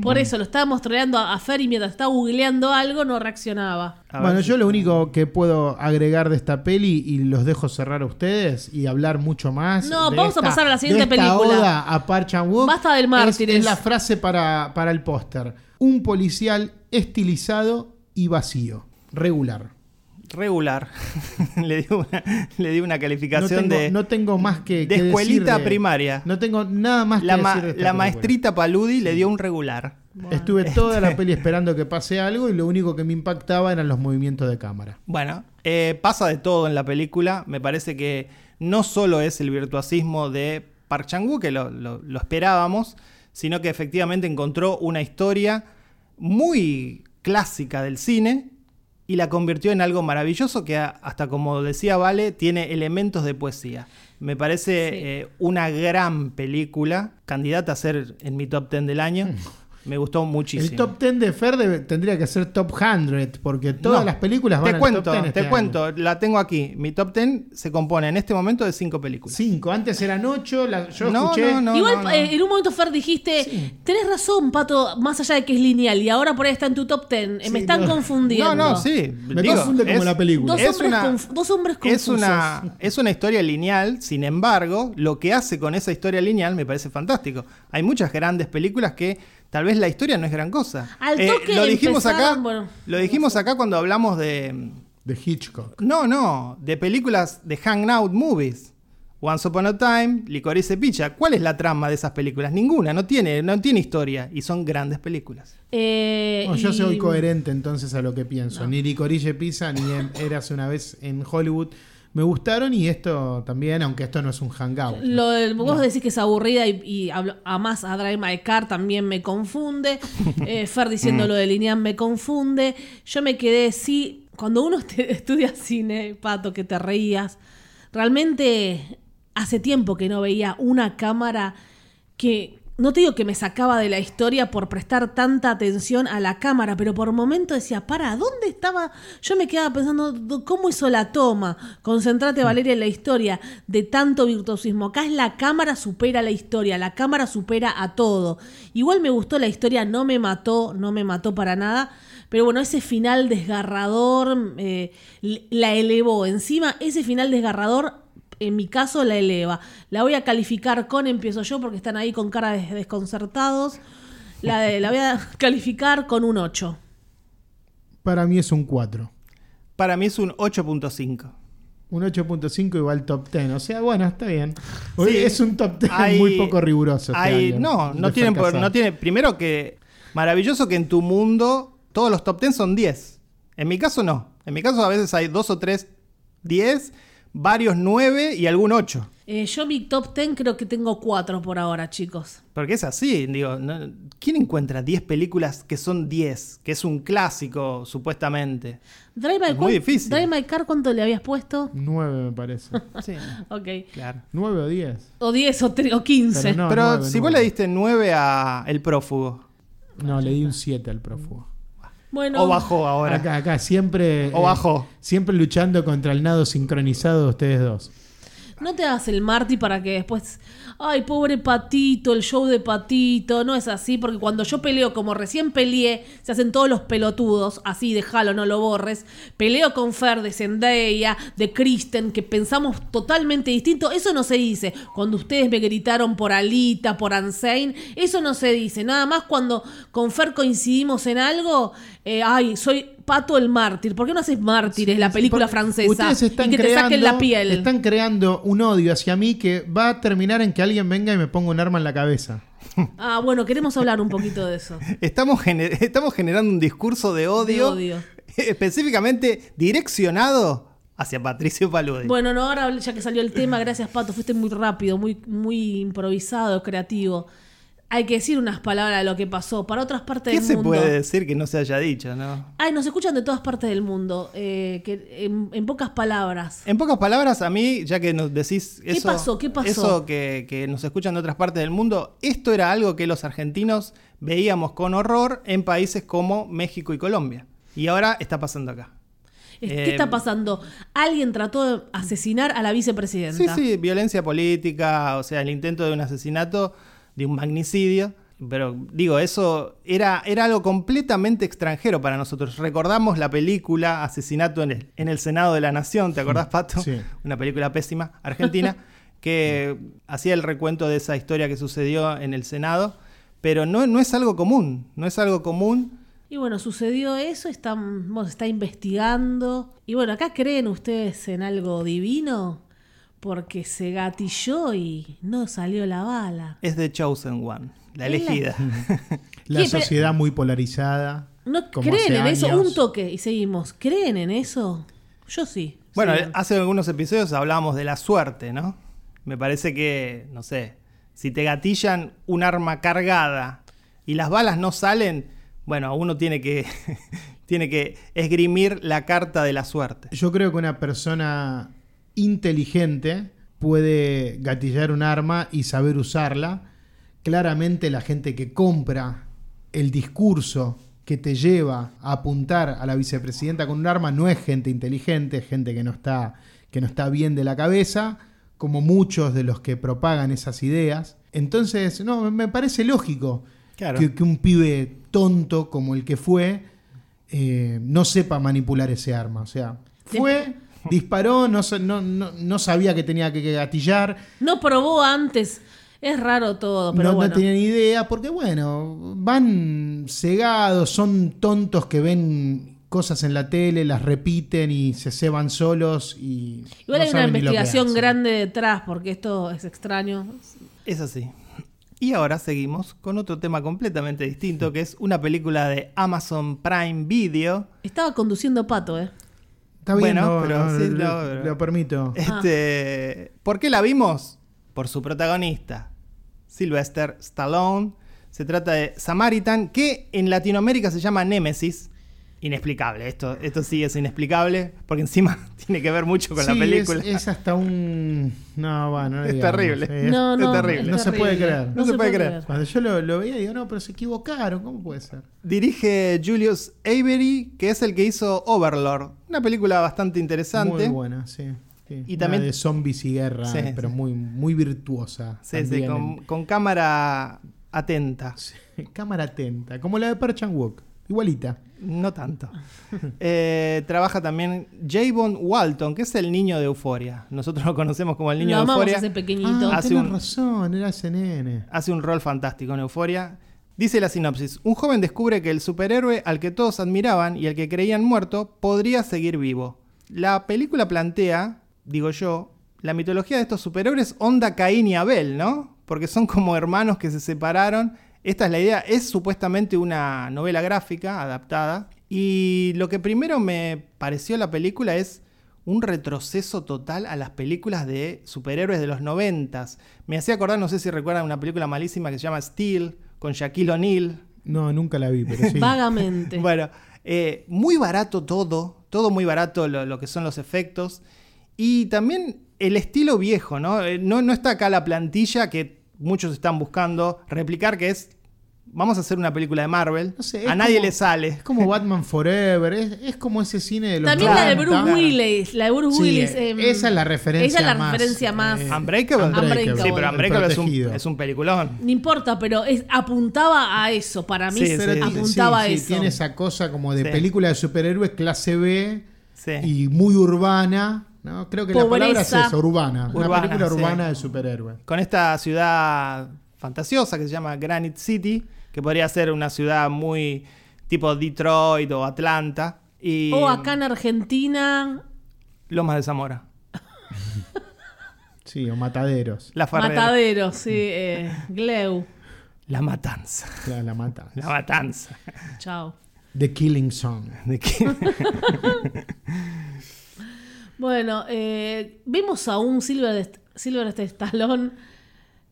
Speaker 4: Por eso lo estábamos troleando a a Fer y mientras estaba googleando algo no reaccionaba.
Speaker 3: A ver
Speaker 2: bueno,
Speaker 3: si-
Speaker 2: yo lo único que puedo agregar de esta peli y los dejo cerrar a ustedes y hablar mucho más.
Speaker 4: No,
Speaker 2: de
Speaker 4: vamos a
Speaker 2: esta-
Speaker 4: pasar a la siguiente
Speaker 2: de esta
Speaker 4: película.
Speaker 2: Oda a Park Chan-wook
Speaker 4: Basta del
Speaker 2: es-
Speaker 4: mártires.
Speaker 2: Es, la frase para, para el póster. Un policial estilizado y vacío. Regular.
Speaker 3: regular. le, di una, le di una
Speaker 2: No
Speaker 3: calificación
Speaker 2: tengo,
Speaker 3: de
Speaker 2: no tengo más que.
Speaker 3: de
Speaker 2: que decir
Speaker 3: escuelita
Speaker 2: de-
Speaker 3: primaria.
Speaker 2: No tengo nada más
Speaker 3: la,
Speaker 2: que
Speaker 3: ma-
Speaker 2: decir. de esta
Speaker 3: la
Speaker 2: película.
Speaker 3: maestrita Paludi le dio un regular.
Speaker 2: Estuve toda la peli esperando que pase algo y lo único que me impactaba eran los movimientos de cámara.
Speaker 3: Bueno, eh, pasa de todo en la película. Me parece que no solo es el virtuosismo de Park Chang-wook, que lo, lo- lo esperábamos, sino que efectivamente encontró una historia muy clásica del cine y la convirtió en algo maravilloso que a- hasta como decía Vale, tiene elementos de poesía. Me parece
Speaker 4: Sí.
Speaker 3: eh, una gran película, candidata a ser en mi top 10 del año. Me gustó muchísimo.
Speaker 2: El top 10 de Fer debe- tendría que ser top 100, porque todas
Speaker 3: No.
Speaker 2: las películas van
Speaker 3: te
Speaker 2: al
Speaker 3: cuento,
Speaker 2: top 10 este
Speaker 3: Te
Speaker 2: año.
Speaker 3: cuento, la tengo aquí. Mi top 10 se compone en este momento de cinco películas.
Speaker 2: Cinco, antes eran ocho, la- yo
Speaker 3: No,
Speaker 2: escuché.
Speaker 3: no, no.
Speaker 4: Igual eh, en un momento Fer dijiste, tenés razón, Pato, más allá de que es lineal y ahora por ahí está en tu top ten. Eh,
Speaker 2: Sí,
Speaker 4: Me están
Speaker 2: no.
Speaker 4: confundiendo.
Speaker 3: No, no, sí.
Speaker 2: Me confunde como la película.
Speaker 4: Dos
Speaker 3: es
Speaker 4: hombres
Speaker 3: una-
Speaker 4: conf- dos hombres
Speaker 3: es
Speaker 4: confusos.
Speaker 3: una, es una historia lineal, sin embargo, lo que hace con esa historia lineal me parece fantástico. Hay muchas grandes películas que tal vez la historia no es gran cosa. Eh,
Speaker 4: Al toque
Speaker 3: lo dijimos acá,
Speaker 4: empezaron, bueno,
Speaker 3: lo dijimos acá cuando hablamos de
Speaker 2: De Hitchcock.
Speaker 3: no, no, de películas de hangout movies. Once Upon a Time, Licorice Picha. ¿Cuál es la trama de esas películas? Ninguna, no tiene, no tiene historia y son grandes películas.
Speaker 4: Eh,
Speaker 2: No, yo
Speaker 4: y-
Speaker 2: soy coherente entonces a lo que pienso. Ni Licorice Pizza ni em- Eras una vez en Hollywood me gustaron y esto también, aunque esto no es un hangout.
Speaker 4: Lo del- vos decís que es aburrida y, y hablo- amás a Drive My Car también me confunde. Eh, Fer
Speaker 3: Mm.
Speaker 4: diciendo lo de Linean me confunde. Yo me quedé, sí, cuando uno este- estudia cine, Pato, que te reías, Realmente hace tiempo que no veía una cámara que, no te digo que me sacaba de la historia por prestar tanta atención a la cámara, pero por momento decía, para, ¿dónde estaba? Yo me quedaba pensando, ¿cómo hizo la toma? Concentrate, Valeria, en la historia de tanto virtuosismo. Acá es la cámara supera la historia, la cámara supera a todo. Igual me gustó la historia, no me mató, no me mató para nada. Pero bueno, ese final desgarrador eh, la elevó. Encima, ese final desgarrador en mi caso la eleva. La voy a calificar con empiezo yo porque están ahí con cara de desconcertados. La, de- la voy a calificar con un 8.
Speaker 2: Para mí es un 4.
Speaker 3: Para mí es un 8.5.
Speaker 2: Un 8.5 igual top 10. O sea, bueno, está bien. Hoy
Speaker 3: Sí.
Speaker 2: es un top 10
Speaker 3: Hay-
Speaker 2: muy poco riguroso. este
Speaker 3: hay-
Speaker 2: año
Speaker 3: no, no
Speaker 2: de
Speaker 3: tienen por-
Speaker 2: fracasar.
Speaker 3: no tiene primero que maravilloso que en tu mundo todos los top 10 son 10. En mi caso no. En mi caso a veces hay dos o tres 10, varios 9 y algún 8.
Speaker 4: Eh, yo mi top 10 creo que tengo 4 por ahora, chicos.
Speaker 3: Porque es así, digo, no- ¿quién encuentra 10 películas que son 10, que es un clásico supuestamente?
Speaker 4: Drive My,
Speaker 3: Es muy
Speaker 4: Cu-
Speaker 3: difícil.
Speaker 4: Drive My Car, ¿cuánto le habías puesto?
Speaker 2: 9 me parece.
Speaker 3: Sí,
Speaker 4: Ok.
Speaker 3: claro.
Speaker 2: 9 o 10.
Speaker 4: O 10 o, tre- o 15.
Speaker 2: Pero no.
Speaker 3: Pero
Speaker 2: nueve,
Speaker 3: si vos
Speaker 2: nueve.
Speaker 3: le diste 9 a El prófugo
Speaker 2: No, le di un 7 al prófugo.
Speaker 4: Bueno,
Speaker 3: o bajó ahora
Speaker 2: Acá, acá, siempre.
Speaker 3: o
Speaker 2: eh,
Speaker 3: bajó.
Speaker 2: Siempre luchando contra el nado sincronizado de ustedes dos.
Speaker 4: no te hagas el Marty para que después. Ay, pobre patito, el show de patito. No es así, porque cuando yo peleo, como recién peleé, se hacen todos los pelotudos, así, déjalo, no lo borres. Peleo con Fer de Zendaya, de Kristen, que pensamos totalmente distinto. Eso no se dice. Cuando ustedes me gritaron por Alita, por Ansein, eso no se dice. Nada más cuando con Fer coincidimos en algo, eh, ay, soy. Pato el mártir, ¿por qué no haces mártires la película
Speaker 2: Por-
Speaker 4: francesa?
Speaker 2: Ustedes están
Speaker 4: y que
Speaker 2: creando,
Speaker 4: te saquen la piel.
Speaker 2: Están creando un odio hacia mí que va a terminar en que alguien venga y me ponga un arma en la cabeza.
Speaker 4: Ah, bueno, queremos hablar un poquito de eso.
Speaker 3: Estamos, gener- estamos generando un discurso de odio,
Speaker 4: De odio.
Speaker 3: específicamente direccionado hacia Patricio Paludi.
Speaker 4: Bueno, no, ahora ya que salió el tema, gracias Pato, fuiste muy rápido, muy, muy improvisado, creativo. Hay que decir unas palabras de lo que pasó para otras partes
Speaker 3: ¿Qué
Speaker 4: del
Speaker 3: se
Speaker 4: mundo.
Speaker 3: puede decir que no se haya dicho? no?
Speaker 4: Ay, nos escuchan de todas partes del mundo, eh, que, en, en pocas palabras.
Speaker 3: En pocas palabras, a mí, ya que nos decís eso,
Speaker 4: pasó? ¿Qué pasó?
Speaker 3: eso que, que nos escuchan de otras partes del mundo, esto era algo que los argentinos veíamos con horror en países como México y Colombia. Y ahora está pasando acá.
Speaker 4: Es-
Speaker 3: Eh,
Speaker 4: ¿Qué está pasando? Alguien trató de asesinar a la
Speaker 3: Sí,
Speaker 4: vicepresidenta.
Speaker 3: sí, violencia política, o sea, el intento de un asesinato, de un magnicidio. Pero digo, eso era, era algo completamente extranjero para nosotros. Recordamos la película Asesinato en el, en el Senado de la Nación, ¿te acordás, Pato?
Speaker 2: Sí.
Speaker 3: Una película pésima, argentina, que hacía el recuento de esa historia que sucedió en el Senado. Pero no, no es algo común, no es algo común.
Speaker 4: Y bueno, sucedió eso, estamos, está investigando. Y bueno, acá creen ustedes en algo divino, porque se gatilló y no salió la bala.
Speaker 3: Es The Chosen One, la
Speaker 4: Es la-
Speaker 3: elegida.
Speaker 2: La
Speaker 4: Sí, pero-
Speaker 2: sociedad muy polarizada.
Speaker 4: No
Speaker 2: como
Speaker 4: creen
Speaker 2: hace
Speaker 4: en eso,
Speaker 2: años.
Speaker 4: un toque, y seguimos. ¿Creen en eso? Yo sí.
Speaker 3: Bueno,
Speaker 2: eh,
Speaker 3: eh,
Speaker 4: Sigan.
Speaker 2: ah.
Speaker 3: hace algunos episodios hablábamos de la suerte, ¿no? Me parece que, no sé, si te gatillan un arma cargada y las balas no salen, bueno, uno tiene que, tiene que esgrimir la carta de la suerte.
Speaker 2: Yo creo que una persona inteligente puede gatillar un arma y saber usarla. Claramente la gente que compra el discurso que te lleva a apuntar a la vicepresidenta con un arma no es gente inteligente, es gente que no está, que no está bien de la cabeza, como muchos de los que propagan esas ideas. Entonces, no, me- me parece lógico
Speaker 3: Claro.
Speaker 2: que, que un pibe tonto como el que fue eh, no sepa manipular ese arma. O sea, fue, disparó, no, sa- no, no- no sabía que tenía que, que gatillar,
Speaker 4: No probó antes. Es raro todo, pero
Speaker 2: no, no
Speaker 4: bueno.
Speaker 2: tenía ni idea, porque bueno, van cegados, son tontos que ven cosas en la tele, las repiten y se ceban solos y...
Speaker 4: Igual
Speaker 2: no
Speaker 4: hay una
Speaker 2: saben ni lo que
Speaker 4: investigación
Speaker 2: hacen.
Speaker 4: grande detrás, porque esto es extraño.
Speaker 3: Es así. Y ahora seguimos con otro tema completamente distinto, que es una película de Amazon Prime Video.
Speaker 4: Estaba conduciendo Pato, ¿eh?
Speaker 2: Está bien,
Speaker 3: Bueno,
Speaker 2: no,
Speaker 3: pero
Speaker 2: no,
Speaker 3: sí,
Speaker 2: lo,
Speaker 3: no, pero-
Speaker 2: lo permito. Ah.
Speaker 3: Este, ¿Por qué la vimos? Por su protagonista, Sylvester Stallone. Se trata de Samaritan, que en Latinoamérica se llama Némesis. inexplicable. Esto, esto sí es inexplicable, porque encima tiene que ver mucho con la
Speaker 2: Sí,
Speaker 3: película.
Speaker 2: Es, es hasta un. No, bueno, no
Speaker 3: Es
Speaker 2: digamos,
Speaker 3: terrible.
Speaker 2: es-
Speaker 4: no, no,
Speaker 3: es terrible.
Speaker 4: es
Speaker 2: No se puede
Speaker 4: terrible.
Speaker 2: creer.
Speaker 3: No se puede creer.
Speaker 2: Cuando yo lo, lo veía, digo, no, pero se equivocaron, ¿cómo puede ser?
Speaker 3: Dirige Julius Avery, que es el que hizo Overlord, una película bastante interesante.
Speaker 2: Muy buena, sí. sí.
Speaker 3: Y
Speaker 2: Una
Speaker 3: también-
Speaker 2: de zombies y guerra,
Speaker 3: Sí,
Speaker 2: pero
Speaker 3: sí.
Speaker 2: muy muy virtuosa.
Speaker 3: Sí, sí,
Speaker 2: también.
Speaker 3: con, con cámara atenta.
Speaker 2: Sí, Cámara atenta, como la de Perch and Walk, igualita.
Speaker 3: No tanto. Eh, trabaja también Javon Walton, que es el niño de Euforia. Nosotros lo conocemos como el niño
Speaker 4: Lo
Speaker 3: de
Speaker 4: amamos
Speaker 3: Euforia.
Speaker 4: ese pequeñito.
Speaker 2: Ah,
Speaker 3: Hace
Speaker 2: tenés
Speaker 3: un-
Speaker 2: razón, era ese nene.
Speaker 3: hace un rol fantástico en Euforia. Dice la sinopsis: Un joven descubre que el superhéroe al que todos admiraban y al que creían muerto podría seguir vivo. La película plantea, digo yo, la mitología de estos superhéroes onda Caín y Abel, ¿no? Porque son como hermanos que se separaron. Esta es la idea. Es supuestamente una novela gráfica adaptada. Y lo que primero me pareció la película es un retroceso total a las películas de superhéroes de los noventas. Me hacía acordar, no sé si recuerdan, una película malísima que se llama Steel, con Shaquille O'Neal.
Speaker 2: No, nunca la vi, pero sí.
Speaker 4: Vagamente.
Speaker 3: Bueno, eh, muy barato todo, todo muy barato lo, lo que son los efectos. Y también el estilo viejo, ¿no? Eh, ¿no? No está acá la plantilla que muchos están buscando replicar, que es, vamos a hacer una película de Marvel.
Speaker 2: No sé, es
Speaker 3: a nadie
Speaker 2: como-
Speaker 3: le sale.
Speaker 2: Es como Batman Forever, es, es como ese cine de los
Speaker 4: También la de
Speaker 2: 90.
Speaker 4: Bruce Willis. La de Bruce
Speaker 2: Sí,
Speaker 4: Willis.
Speaker 2: eh,
Speaker 4: em,
Speaker 2: esa es la referencia
Speaker 4: Esa es la
Speaker 2: más,
Speaker 4: referencia más.
Speaker 2: eh,
Speaker 3: Unbreakable.
Speaker 4: Unbreakable.
Speaker 3: Sí, pero
Speaker 2: El
Speaker 3: Unbreakable es un,
Speaker 2: protegido.
Speaker 3: es un peliculón.
Speaker 4: No importa, pero es, apuntaba a eso. Para mí
Speaker 3: Sí,
Speaker 4: se
Speaker 3: pero ti-
Speaker 4: apuntaba
Speaker 2: sí,
Speaker 4: a
Speaker 2: sí,
Speaker 4: eso.
Speaker 2: Tiene esa cosa como de
Speaker 3: Sí.
Speaker 2: película de superhéroes clase B
Speaker 3: Sí.
Speaker 2: y muy urbana. ¿no? Creo que la palabra es
Speaker 4: Pobreza.
Speaker 2: eso, urbana.
Speaker 3: Urbana,
Speaker 2: Una película
Speaker 3: sí.
Speaker 2: urbana de superhéroes.
Speaker 3: con esta ciudad fantasiosa que se llama Granite City, que podría ser una ciudad muy tipo Detroit o Atlanta. Y
Speaker 4: O Oh, acá en Argentina,
Speaker 3: Lomas de Zamora.
Speaker 2: Sí, o mataderos.
Speaker 3: La Ferrer.
Speaker 4: Matadero, sí, eh, Gleu.
Speaker 3: La Matanza.
Speaker 2: La, la mata.
Speaker 3: La Matanza.
Speaker 4: Chao.
Speaker 2: The Killing Song.
Speaker 3: ¿De qué?
Speaker 4: Bueno, eh, vemos a un Silver, Silverstein Stallone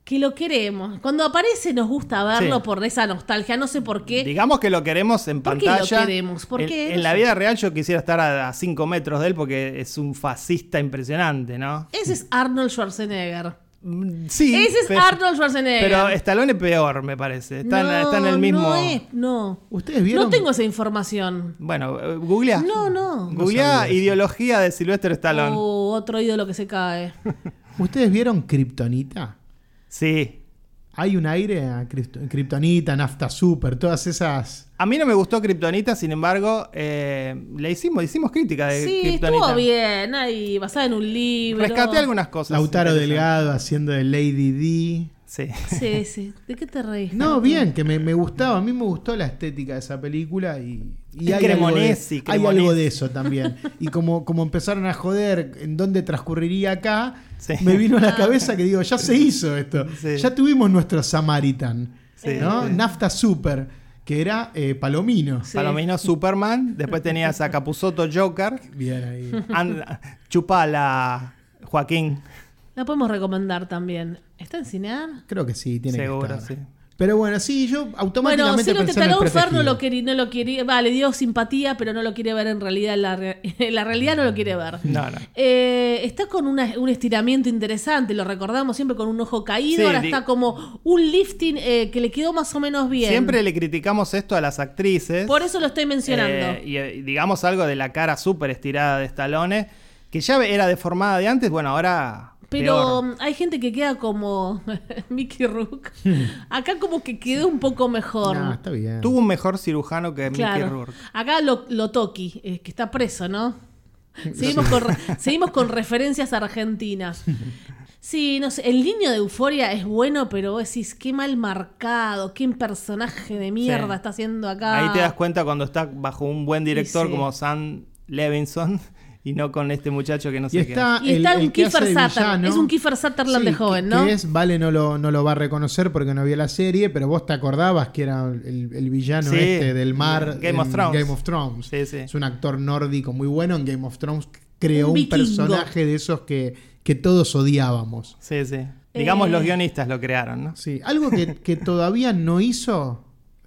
Speaker 4: que lo queremos. Cuando aparece nos gusta verlo
Speaker 3: Sí.
Speaker 4: por esa nostalgia, no sé por qué.
Speaker 3: Digamos que lo queremos en
Speaker 4: ¿Por qué lo
Speaker 3: pantalla.
Speaker 4: queremos? ¿Por
Speaker 3: En-
Speaker 4: qué?
Speaker 3: En,
Speaker 4: No
Speaker 3: la
Speaker 4: sé.
Speaker 3: vida real yo quisiera estar a 5 metros de él porque es un fascista impresionante, ¿no?
Speaker 4: Ese es Arnold Schwarzenegger.
Speaker 3: Mm, Sí.
Speaker 4: Ese es
Speaker 3: pero-
Speaker 4: Arnold Schwarzenegger.
Speaker 3: Pero Stallone es peor, me parece. Está, en-
Speaker 4: No,
Speaker 3: está en el mismo.
Speaker 4: No, es, no.
Speaker 2: ¿Ustedes vieron?
Speaker 4: No tengo esa información.
Speaker 3: Bueno, eh, googleá.
Speaker 4: No, no.
Speaker 3: Googleá
Speaker 2: sabía.
Speaker 3: ideología de Sylvester Stallone.
Speaker 4: O otro ídolo que se cae.
Speaker 2: ¿Ustedes vieron Kryptonita?
Speaker 3: Sí.
Speaker 2: Hay un aire a Krypto- Kryptonita, Nafta Super, todas esas.
Speaker 3: A mí no me gustó Kryptonita, sin embargo, eh, le hicimos, hicimos crítica de
Speaker 4: Sí,
Speaker 3: Eh, Kryptonita.
Speaker 4: estuvo bien. Ahí, basada en un libro.
Speaker 3: Rescaté algunas cosas.
Speaker 2: Lautaro
Speaker 3: interesantes.
Speaker 2: Delgado haciendo de Lady D.
Speaker 3: Sí.
Speaker 4: Sí, sí. ¿De qué te reís?
Speaker 2: No, bien, que me, me gustaba. A mí me gustó la estética de esa película y, y
Speaker 3: Y Cremonesi,
Speaker 2: algo de, hay
Speaker 3: Cremonesi.
Speaker 2: algo de eso también. Y como, como empezaron a joder en dónde transcurriría acá,
Speaker 3: Sí.
Speaker 2: me vino
Speaker 4: Ah.
Speaker 2: a la cabeza que digo, ya se hizo esto.
Speaker 3: Sí.
Speaker 2: Ya tuvimos nuestro Samaritan,
Speaker 3: Sí,
Speaker 2: ¿no?
Speaker 3: sí.
Speaker 2: Nafta Super, que era eh, Palomino.
Speaker 4: Sí.
Speaker 3: Palomino Superman, después tenías a Capuzoto Joker,
Speaker 2: Bien ahí.
Speaker 3: and- chupala Joaquín.
Speaker 4: La podemos recomendar también. ¿Está en Cinear?
Speaker 2: Creo que sí, tiene
Speaker 3: Seguro,
Speaker 2: que estar.
Speaker 3: sí.
Speaker 2: Pero bueno, sí, yo
Speaker 4: Bueno,
Speaker 2: automáticamente
Speaker 4: si lo
Speaker 2: pensé en el
Speaker 4: Stallone Fer no
Speaker 2: protegido.
Speaker 4: lo quería, no lo quería, va, le dio simpatía, pero no lo quiere ver en realidad, en la, re- en la realidad no lo quiere ver.
Speaker 3: No, no.
Speaker 4: Eh, está con una- un estiramiento interesante, lo recordamos siempre con un ojo caído,
Speaker 3: Sí,
Speaker 4: ahora
Speaker 3: di-
Speaker 4: está como un lifting eh, que le quedó más o menos bien.
Speaker 3: Siempre le criticamos esto a las actrices.
Speaker 4: Por eso lo estoy mencionando.
Speaker 3: Eh, y eh, digamos algo de la cara súper estirada de Stallone, que ya era deformada de antes, bueno, ahora.
Speaker 4: pero
Speaker 3: peor.
Speaker 4: um, hay gente que queda como Mickey Rook. Acá como que quedó un poco mejor.
Speaker 2: No, está bien.
Speaker 3: Tuvo un mejor cirujano que Mickey
Speaker 4: Claro.
Speaker 3: Rourke.
Speaker 4: Acá lo, lo toqui, eh, que está preso, ¿no? Seguimos con, re- seguimos con referencias argentinas. Sí, no sé, el niño de Euforia es bueno, pero vos decís, qué mal marcado, qué personaje de mierda
Speaker 3: Sí.
Speaker 4: está haciendo acá.
Speaker 3: Ahí te das cuenta cuando está bajo un buen director
Speaker 4: Y sí.
Speaker 3: como Sam Levinson y no con este muchacho que no
Speaker 2: Y
Speaker 3: sé
Speaker 2: está,
Speaker 4: Y
Speaker 2: el-
Speaker 4: está
Speaker 2: el,
Speaker 4: un
Speaker 2: que hace
Speaker 4: Kiefer
Speaker 2: de
Speaker 4: Sutherland.
Speaker 2: villano.
Speaker 4: Es un Kiefer Sutherland de
Speaker 2: Sí,
Speaker 4: joven,
Speaker 2: que-
Speaker 4: ¿no?
Speaker 2: que es, vale, no lo, no lo va a reconocer porque no vio la serie, pero vos te acordabas que era el, el villano
Speaker 3: Sí,
Speaker 2: este del mar.
Speaker 3: Game of
Speaker 2: en
Speaker 3: Thrones.
Speaker 2: Game of Thrones.
Speaker 3: Sí, sí.
Speaker 2: Es un actor nórdico muy bueno. En Game of Thrones creó
Speaker 4: Un
Speaker 2: un,
Speaker 4: vikingo.
Speaker 2: personaje de esos que, que todos odiábamos.
Speaker 3: qué. Sí, sí. Digamos,
Speaker 4: Eh.
Speaker 3: los guionistas lo crearon, ¿no?
Speaker 2: Sí, algo que, que todavía no hizo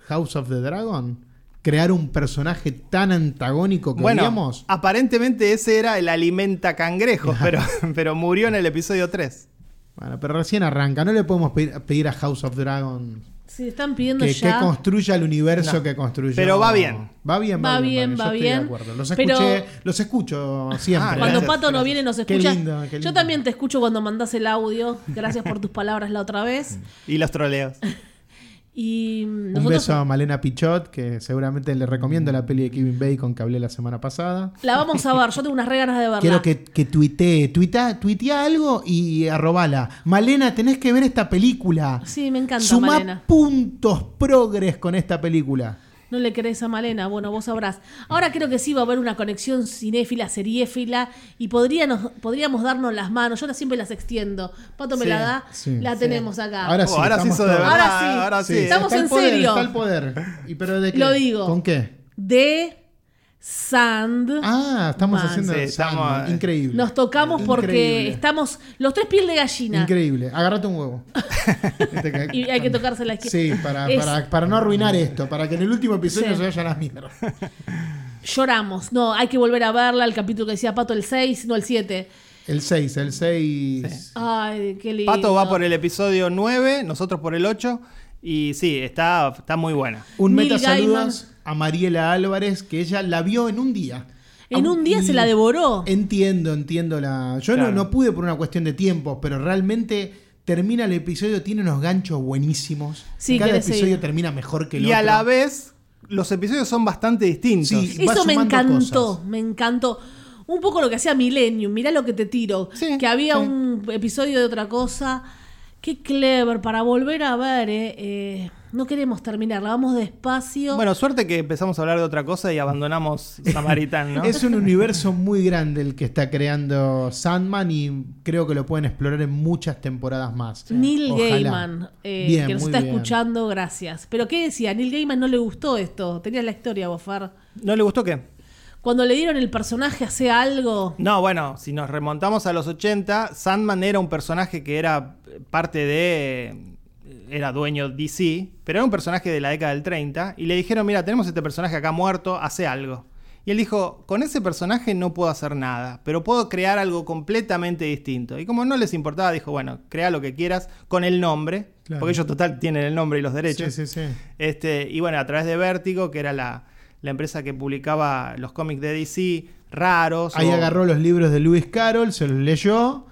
Speaker 2: House of the Dragon crear un personaje tan antagónico que
Speaker 3: Bueno,
Speaker 2: odiamos?
Speaker 3: aparentemente ese era el alimenta cangrejos, pero, pero murió en el episodio 3.
Speaker 2: Bueno, pero recién arranca. No le podemos pedir, pedir a House of Dragon
Speaker 4: Sí, están pidiendo
Speaker 2: que,
Speaker 4: ya.
Speaker 2: que construya el universo
Speaker 3: No.
Speaker 2: que construyó.
Speaker 3: Pero va bien.
Speaker 2: Va bien, va, bien. Va bien. Yo estoy de
Speaker 4: bien.
Speaker 2: acuerdo. Los,
Speaker 4: Pero-
Speaker 2: escuché, los escucho siempre.
Speaker 3: Ah,
Speaker 4: Cuando
Speaker 3: Gracias,
Speaker 4: Pato no
Speaker 3: gracias.
Speaker 4: viene nos
Speaker 2: Qué
Speaker 4: escucha.
Speaker 2: lindo, qué lindo.
Speaker 4: Yo también te escucho cuando mandás el audio. Gracias por tus palabras la otra vez.
Speaker 3: Y los troleos.
Speaker 4: Y
Speaker 2: Un
Speaker 4: nosotros
Speaker 2: beso a Malena Pichot, que seguramente le recomiendo la peli de Kevin Bacon que hablé la semana pasada.
Speaker 4: la vamos a ver. Yo tengo unas re ganas de verla.
Speaker 2: Quiero que, que tuitee, tuita, tuitea algo y arrobala. Malena, tenés que ver esta película.
Speaker 4: Sí, me encanta
Speaker 2: Sumá
Speaker 4: Malena.
Speaker 2: puntos progres con esta película.
Speaker 4: No le crees a Malena, bueno, vos sabrás. Ahora creo que sí va a haber una conexión cinéfila, seriéfila, y podríamos, podríamos darnos las manos. Yo las- siempre las extiendo. Pato me
Speaker 3: Sí,
Speaker 4: la da,
Speaker 2: sí,
Speaker 4: la
Speaker 2: sí.
Speaker 4: tenemos acá.
Speaker 2: Ahora sí,
Speaker 3: Oh, ahora sí
Speaker 2: estamos
Speaker 3: sos de
Speaker 2: todos.
Speaker 3: verdad.
Speaker 4: Ahora sí. Estamos
Speaker 2: está el
Speaker 4: en
Speaker 2: poder,
Speaker 4: serio.
Speaker 2: Está el poder. ¿Y pero de qué?
Speaker 4: Lo digo.
Speaker 2: ¿Con qué?
Speaker 4: De Sand.
Speaker 2: Ah, estamos
Speaker 4: Man.
Speaker 2: haciendo
Speaker 3: Sí, estamos- eh,
Speaker 2: Sandman. increíble.
Speaker 4: Nos tocamos porque
Speaker 2: Increíble.
Speaker 4: estamos los tres piel de gallina.
Speaker 2: Increíble. Agarrate un huevo. Este que-
Speaker 4: Y hay que tocarse la izquierda.
Speaker 2: Sí, para,
Speaker 4: Es-
Speaker 2: para, para no arruinar esto, para que en el último episodio
Speaker 4: Sí.
Speaker 2: se vayan las mierdas.
Speaker 4: Lloramos. No, hay que volver a verla. El capítulo que decía Pato, el 6, no el 7.
Speaker 2: El 6, el 6.
Speaker 4: Ay, qué lindo.
Speaker 3: Pato va por el episodio 9, nosotros por el 8. Y sí, está, está muy buena.
Speaker 2: Un
Speaker 4: Neil
Speaker 2: meta saludos a Mariela Álvarez, que ella la vio en un día.
Speaker 4: En un día
Speaker 2: Y
Speaker 4: se la devoró.
Speaker 2: Entiendo, entiendo la. Yo
Speaker 3: Claro.
Speaker 2: no, no pude por una cuestión de tiempo, pero realmente termina el episodio, tiene unos ganchos buenísimos.
Speaker 4: Sí,
Speaker 2: Cada
Speaker 4: querés
Speaker 2: episodio
Speaker 4: seguir.
Speaker 2: termina mejor que el
Speaker 3: Y
Speaker 2: otro.
Speaker 3: a la vez, los episodios son bastante distintos.
Speaker 2: Sí. va
Speaker 4: Eso me
Speaker 2: sumando
Speaker 4: encantó,
Speaker 2: cosas.
Speaker 4: me encantó. Un poco lo que hacía Millennium, mirá lo que te tiro.
Speaker 3: Sí,
Speaker 4: que había
Speaker 3: sí.
Speaker 4: un episodio de otra cosa. Qué clever, para volver a ver, eh, eh, no queremos terminarla, vamos despacio.
Speaker 3: Bueno, suerte que empezamos a hablar de otra cosa y abandonamos Samaritan, ¿no?
Speaker 2: Es un universo muy grande el que está creando Sandman y creo que lo pueden explorar en muchas temporadas más.
Speaker 4: Neil
Speaker 2: Ojalá.
Speaker 4: Gaiman, eh,
Speaker 2: Bien,
Speaker 4: que nos
Speaker 2: muy
Speaker 4: está
Speaker 2: bien.
Speaker 4: escuchando, gracias. Pero ¿qué decía? Neil Gaiman no le gustó esto, tenías la historia, Bofar.
Speaker 3: ¿No le gustó qué?
Speaker 4: Cuando le dieron el personaje, hace algo.
Speaker 3: No, bueno, si nos remontamos a los 80, Sandman era un personaje que era parte de... Era dueño DC, pero era un personaje de la década del 30. Y le dijeron, mira, tenemos este personaje acá muerto, hace algo. Y él dijo, con ese personaje no puedo hacer nada, pero puedo crear algo completamente distinto. Y como no les importaba, dijo, bueno, crea lo que quieras con el nombre,
Speaker 2: Claro.
Speaker 3: porque ellos total tienen el nombre y los
Speaker 2: Sí,
Speaker 3: derechos.
Speaker 2: sí, sí.
Speaker 3: Este, y bueno, a través de Vértigo, que era la, la empresa que publicaba los cómics de DC raros.
Speaker 2: Ahí
Speaker 3: o-
Speaker 2: agarró los libros de Lewis Carroll, se los leyó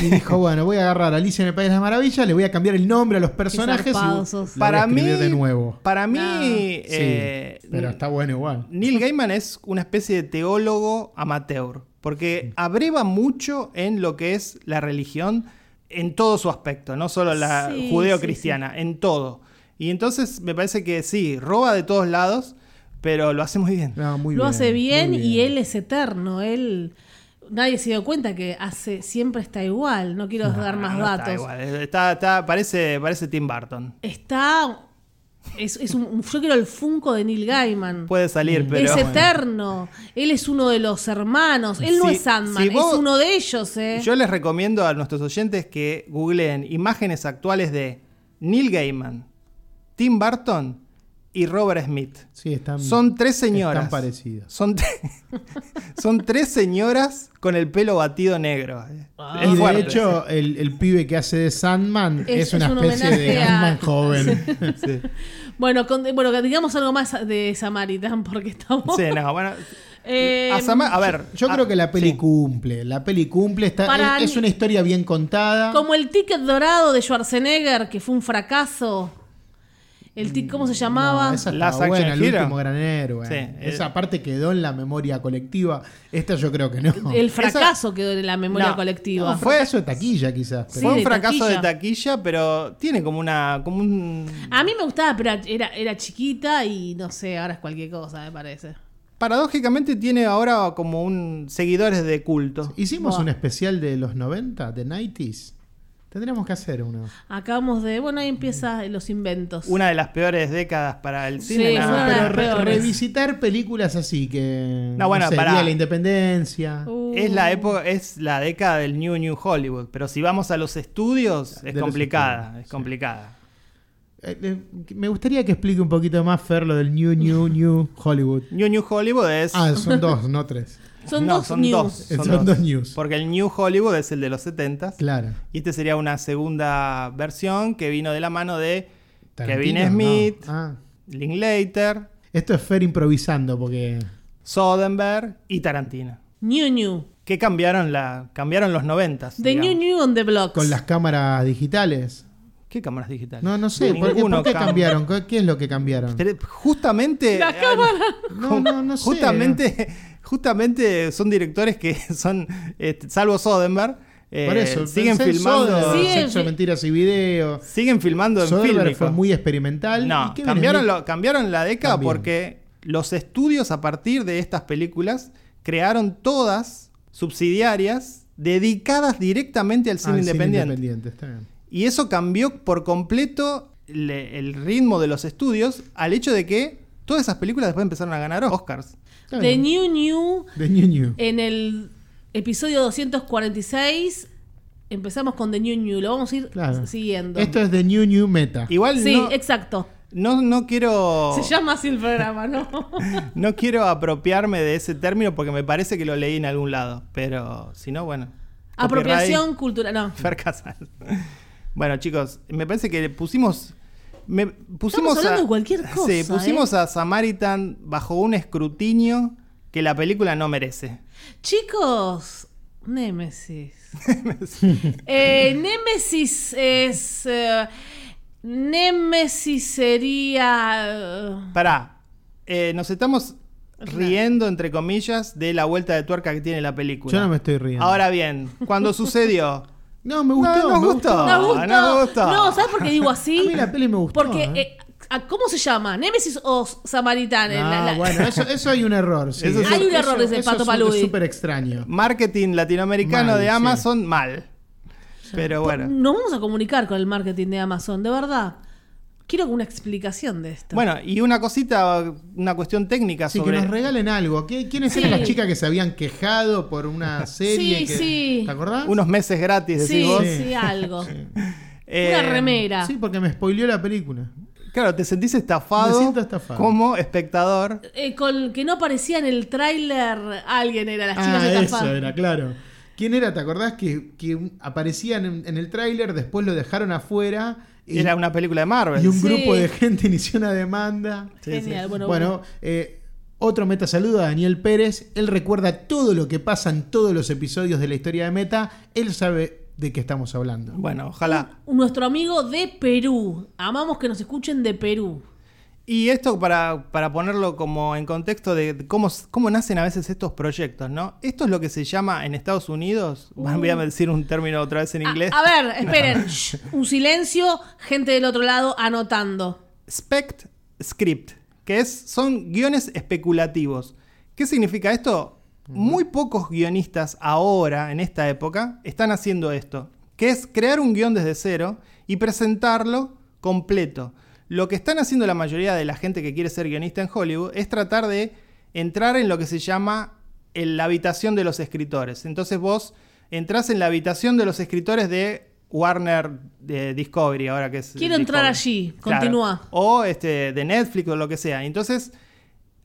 Speaker 2: y dijo, bueno, voy a agarrar a Alicia en el País de las Maravillas, le voy a cambiar el nombre a los personajes
Speaker 4: zarpado
Speaker 2: y
Speaker 4: sos.
Speaker 2: la
Speaker 3: Para
Speaker 2: voy a
Speaker 3: mí,
Speaker 2: escribir de nuevo.
Speaker 3: Para mí,
Speaker 4: No.
Speaker 2: Sí,
Speaker 3: eh,
Speaker 2: pero está bueno igual.
Speaker 3: Neil Gaiman es una especie de teólogo amateur, porque abreva mucho en lo que es la religión en todo su aspecto, no solo la
Speaker 4: Sí,
Speaker 3: judeo-cristiana, en todo. Y entonces me parece que sí, roba de todos lados, pero lo hace muy bien.
Speaker 2: No, muy
Speaker 4: lo hace bien,
Speaker 2: muy
Speaker 4: y él es eterno. Él nadie se dio cuenta que hace siempre está igual. No quiero dar más
Speaker 3: Ah, No, no
Speaker 4: datos.
Speaker 3: Está,
Speaker 4: Está,
Speaker 3: igual, está- está- parece, parece Tim Burton.
Speaker 4: es, es un, yo quiero el Funko de Neil Gaiman.
Speaker 3: Puede salir, pero...
Speaker 4: es eterno. Él es uno de los hermanos. Él no
Speaker 3: Si-
Speaker 4: es Sandman,
Speaker 3: si vos-
Speaker 4: es uno de ellos. eh.
Speaker 3: Yo les recomiendo a nuestros oyentes que googleen imágenes actuales de Neil Gaiman, Tim Burton y Robert Smith.
Speaker 2: Sí, están-
Speaker 3: Son tres señoras.
Speaker 2: están parecidos.
Speaker 3: Son, tre- son tres señoras con el pelo batido negro. Es
Speaker 2: Ah. Y de
Speaker 3: Ah, fuerte.
Speaker 2: hecho, el, el pibe que hace de Sandman es,
Speaker 4: Es-
Speaker 2: una
Speaker 4: es un
Speaker 2: especie de
Speaker 4: homenaje a-
Speaker 2: Sandman joven.
Speaker 3: Sí.
Speaker 4: Bueno, con- bueno, digamos algo más de Samaritan, porque estamos.
Speaker 3: Sí, no, bueno.
Speaker 4: Eh,
Speaker 3: A, Sama- a ver,
Speaker 2: Yo
Speaker 3: a-
Speaker 2: creo que la peli
Speaker 3: Ah, sí.
Speaker 2: cumple. La peli cumple. Está,
Speaker 4: Para
Speaker 2: es, es
Speaker 4: mí-
Speaker 2: una historia bien contada.
Speaker 4: Como el ticket dorado de Schwarzenegger, que fue un fracaso. El tic, ¿Cómo
Speaker 3: Mm,
Speaker 4: se llamaba?
Speaker 2: No, esa está
Speaker 3: Last Action
Speaker 2: buena, el
Speaker 3: Hero.
Speaker 2: último gran héroe.
Speaker 3: Sí, eh. el-
Speaker 2: esa parte quedó en la memoria colectiva. Esta yo creo que no.
Speaker 4: El
Speaker 3: Esa-
Speaker 4: fracaso quedó en la memoria
Speaker 3: No,
Speaker 4: colectiva.
Speaker 2: Un fracaso de taquilla, quizás.
Speaker 4: Sí,
Speaker 2: pero-
Speaker 3: Fue un
Speaker 4: de
Speaker 3: fracaso
Speaker 4: taquilla.
Speaker 3: de taquilla, pero tiene como una. como un.
Speaker 4: A mí me gustaba, pero era, era chiquita y no sé, ahora es cualquier cosa, me parece.
Speaker 3: Paradójicamente tiene ahora como un. seguidores de culto.
Speaker 2: Hicimos
Speaker 4: Buah.
Speaker 2: un especial de los 90, de 90s. Tendríamos que hacer uno.
Speaker 4: Acabamos de. Bueno, ahí empiezan los inventos.
Speaker 3: Una de las peores décadas para el cine.
Speaker 4: Sí,
Speaker 3: nada
Speaker 4: fue
Speaker 3: más.
Speaker 4: una de
Speaker 2: Pero
Speaker 4: las
Speaker 2: re-
Speaker 4: peores.
Speaker 2: revisitar películas así que.
Speaker 3: No, bueno,
Speaker 2: sé,
Speaker 3: pará.
Speaker 2: Día de la Independencia.
Speaker 4: Uh,
Speaker 3: Es la época, es la década del New New Hollywood, pero si vamos a los estudios,
Speaker 2: De
Speaker 3: es
Speaker 2: los
Speaker 3: complicada,
Speaker 2: estudios,
Speaker 3: es complicada.
Speaker 2: eh, eh, me gustaría que explique un poquito más, Fer, lo del New, New, New Hollywood.
Speaker 3: New New Hollywood es.
Speaker 2: Ah, son dos, no tres.
Speaker 4: Son
Speaker 3: no,
Speaker 4: dos
Speaker 3: son
Speaker 4: news.
Speaker 3: dos. Son,
Speaker 2: Son dos news.
Speaker 3: Porque el New Hollywood es el de los 70
Speaker 2: Claro.
Speaker 3: Y este sería una segunda versión que vino de la mano de
Speaker 2: Tarantino,
Speaker 3: Kevin
Speaker 2: no.
Speaker 3: Smith,
Speaker 2: Ah.
Speaker 3: Linklater,
Speaker 2: Esto es Fer improvisando porque.
Speaker 3: Soderbergh y Tarantino.
Speaker 4: New New.
Speaker 3: Que cambiaron la cambiaron los 90
Speaker 4: The New New on the Blocks.
Speaker 2: Con las cámaras digitales.
Speaker 3: ¿Qué cámaras digitales?
Speaker 2: No, no sé. ¿Por qué,
Speaker 3: Ninguno
Speaker 2: por qué
Speaker 3: cambia.
Speaker 2: cambiaron? ¿Qué- ¿Qué es lo que cambiaron?
Speaker 3: Pero justamente
Speaker 4: La
Speaker 3: ah,
Speaker 4: cámara.
Speaker 2: No, no, no sé.
Speaker 3: Justamente, justamente son directores que son, este, salvo Soderbergh, eh,
Speaker 2: Por eso.
Speaker 3: siguen
Speaker 2: pensé en
Speaker 3: filmando,
Speaker 2: Soderbergh,
Speaker 4: Sí,
Speaker 2: Sexo,
Speaker 4: vi-
Speaker 2: mentiras y video.
Speaker 3: siguen filmando en
Speaker 2: Soderbergh
Speaker 3: Filmico.
Speaker 2: fue muy experimental.
Speaker 3: No,
Speaker 2: ¿Y Kevin
Speaker 3: cambiaron,
Speaker 2: Smith?
Speaker 3: lo- cambiaron la década
Speaker 2: También.
Speaker 3: porque los estudios a partir de estas películas crearon todas subsidiarias dedicadas directamente al
Speaker 2: Ah,
Speaker 3: cine
Speaker 2: el
Speaker 3: independiente.
Speaker 2: está bien.
Speaker 3: Y eso cambió por completo le- el ritmo de los estudios al hecho de que todas esas películas después empezaron a ganar Oscars.
Speaker 2: Está
Speaker 4: The
Speaker 2: bien.
Speaker 4: New Eh, New
Speaker 2: The New New.
Speaker 4: en el episodio 246. Empezamos con The New New. Lo vamos a ir
Speaker 2: Claro.
Speaker 4: siguiendo.
Speaker 2: Esto es The New New Meta.
Speaker 3: Igual
Speaker 4: Sí,
Speaker 3: no, Oh.
Speaker 4: exacto.
Speaker 3: no, no quiero
Speaker 4: Se llama así el programa, ¿no?
Speaker 3: no quiero apropiarme de ese término porque me parece que lo leí en algún lado, pero si no bueno.
Speaker 4: Apropiación
Speaker 3: copyright,
Speaker 4: cultural. No.
Speaker 3: Fer Casals. Bueno, chicos, me parece que le pusimos me pusimos
Speaker 4: hablando
Speaker 3: a,
Speaker 4: de cualquier cosa, ¿eh?
Speaker 3: sí, pusimos a Samaritan bajo un escrutinio que la película no merece.
Speaker 4: Chicos, Némesis. Eh, Némesis es. eh, Némesis sería. eh,
Speaker 3: Pará, eh, nos estamos riendo, entre comillas, de la vuelta de tuerca que tiene la película.
Speaker 2: Yo no me estoy riendo.
Speaker 3: Ahora bien, cuando sucedió,
Speaker 2: No, me gustó.
Speaker 3: No, nos
Speaker 2: me
Speaker 3: gustó.
Speaker 4: No,
Speaker 3: no,
Speaker 4: gustó.
Speaker 3: no gustó.
Speaker 4: No, ¿sabes por qué digo así?
Speaker 2: A mí la peli me gustó,
Speaker 4: Porque,
Speaker 2: ¿eh?
Speaker 4: eh, ¿a- ¿cómo se llama? ¿Némesis o Samaritán?
Speaker 2: No,
Speaker 4: Ah, La- la-
Speaker 2: Ah, bueno, eso, eso hay un error. sí.
Speaker 3: Eso es-
Speaker 4: Hay un
Speaker 2: Eso-
Speaker 4: error, dice
Speaker 2: eso
Speaker 4: Pato
Speaker 2: es un-
Speaker 4: Paludi.
Speaker 2: Es súper extraño.
Speaker 3: marketing latinoamericano
Speaker 2: Mal,
Speaker 3: de
Speaker 2: sí.
Speaker 3: Amazon, mal. Pero bueno.
Speaker 4: Nos vamos a comunicar con el marketing de Amazon, de verdad. Quiero una explicación de esto.
Speaker 3: Bueno, y una cosita, una cuestión técnica
Speaker 2: Así que
Speaker 3: sobre...
Speaker 2: nos regalen algo. ¿Qui- ¿Quiénes
Speaker 4: Sí.
Speaker 2: eran las chicas que se habían quejado por una serie?
Speaker 4: Sí,
Speaker 2: que-
Speaker 4: sí.
Speaker 2: ¿Te acordás?
Speaker 3: unos meses gratis, decís
Speaker 4: sí,
Speaker 3: vos.
Speaker 4: sí, algo.
Speaker 3: Eh,
Speaker 4: una remera.
Speaker 2: Sí, porque me spoileó la película.
Speaker 3: Claro, te sentís estafado,
Speaker 2: Me siento estafado.
Speaker 3: como espectador.
Speaker 4: Eh, con que no aparecía en el tráiler alguien era las chicas
Speaker 2: ah,
Speaker 4: de
Speaker 2: eso
Speaker 4: Tafán.
Speaker 2: era, claro. ¿Quién era? ¿Te acordás que, que aparecían en, en el tráiler, después lo dejaron afuera y,
Speaker 3: Era una película de Marvel.
Speaker 2: y un
Speaker 4: Sí.
Speaker 2: grupo de gente inició una demanda?
Speaker 4: Genial, bueno,
Speaker 2: Bueno, eh, otro meta saludo a Daniel Pérez. Él recuerda todo lo que pasa en todos los episodios de la historia de Meta. Él sabe de qué estamos hablando.
Speaker 3: Bueno, ojalá.
Speaker 4: Nuestro amigo de Perú. Amamos que nos escuchen de Perú.
Speaker 3: Y esto para, para ponerlo como en contexto de cómo, cómo nacen a veces estos proyectos, ¿no? Esto es lo que se llama en Estados Unidos, voy a decir un término otra vez en
Speaker 4: A,
Speaker 3: inglés,
Speaker 4: Uh. Ah, a ver, esperen. Shh, Un silencio, gente del otro lado anotando.
Speaker 3: spect script, que es, son guiones especulativos. ¿Qué significa esto? Muy pocos guionistas ahora, en esta época, están haciendo esto, que es crear un guión desde cero y presentarlo completo. Lo que están haciendo la mayoría de la gente que quiere ser guionista en Hollywood es tratar de entrar en lo que se llama en la habitación de los escritores. Entonces vos entrás en la habitación de los escritores de Warner de Discovery, ahora que es...
Speaker 4: Quiero entrar
Speaker 3: Discovery.
Speaker 4: allí.
Speaker 3: Claro.
Speaker 4: Continúa.
Speaker 3: O este, de Netflix o lo que sea. Entonces,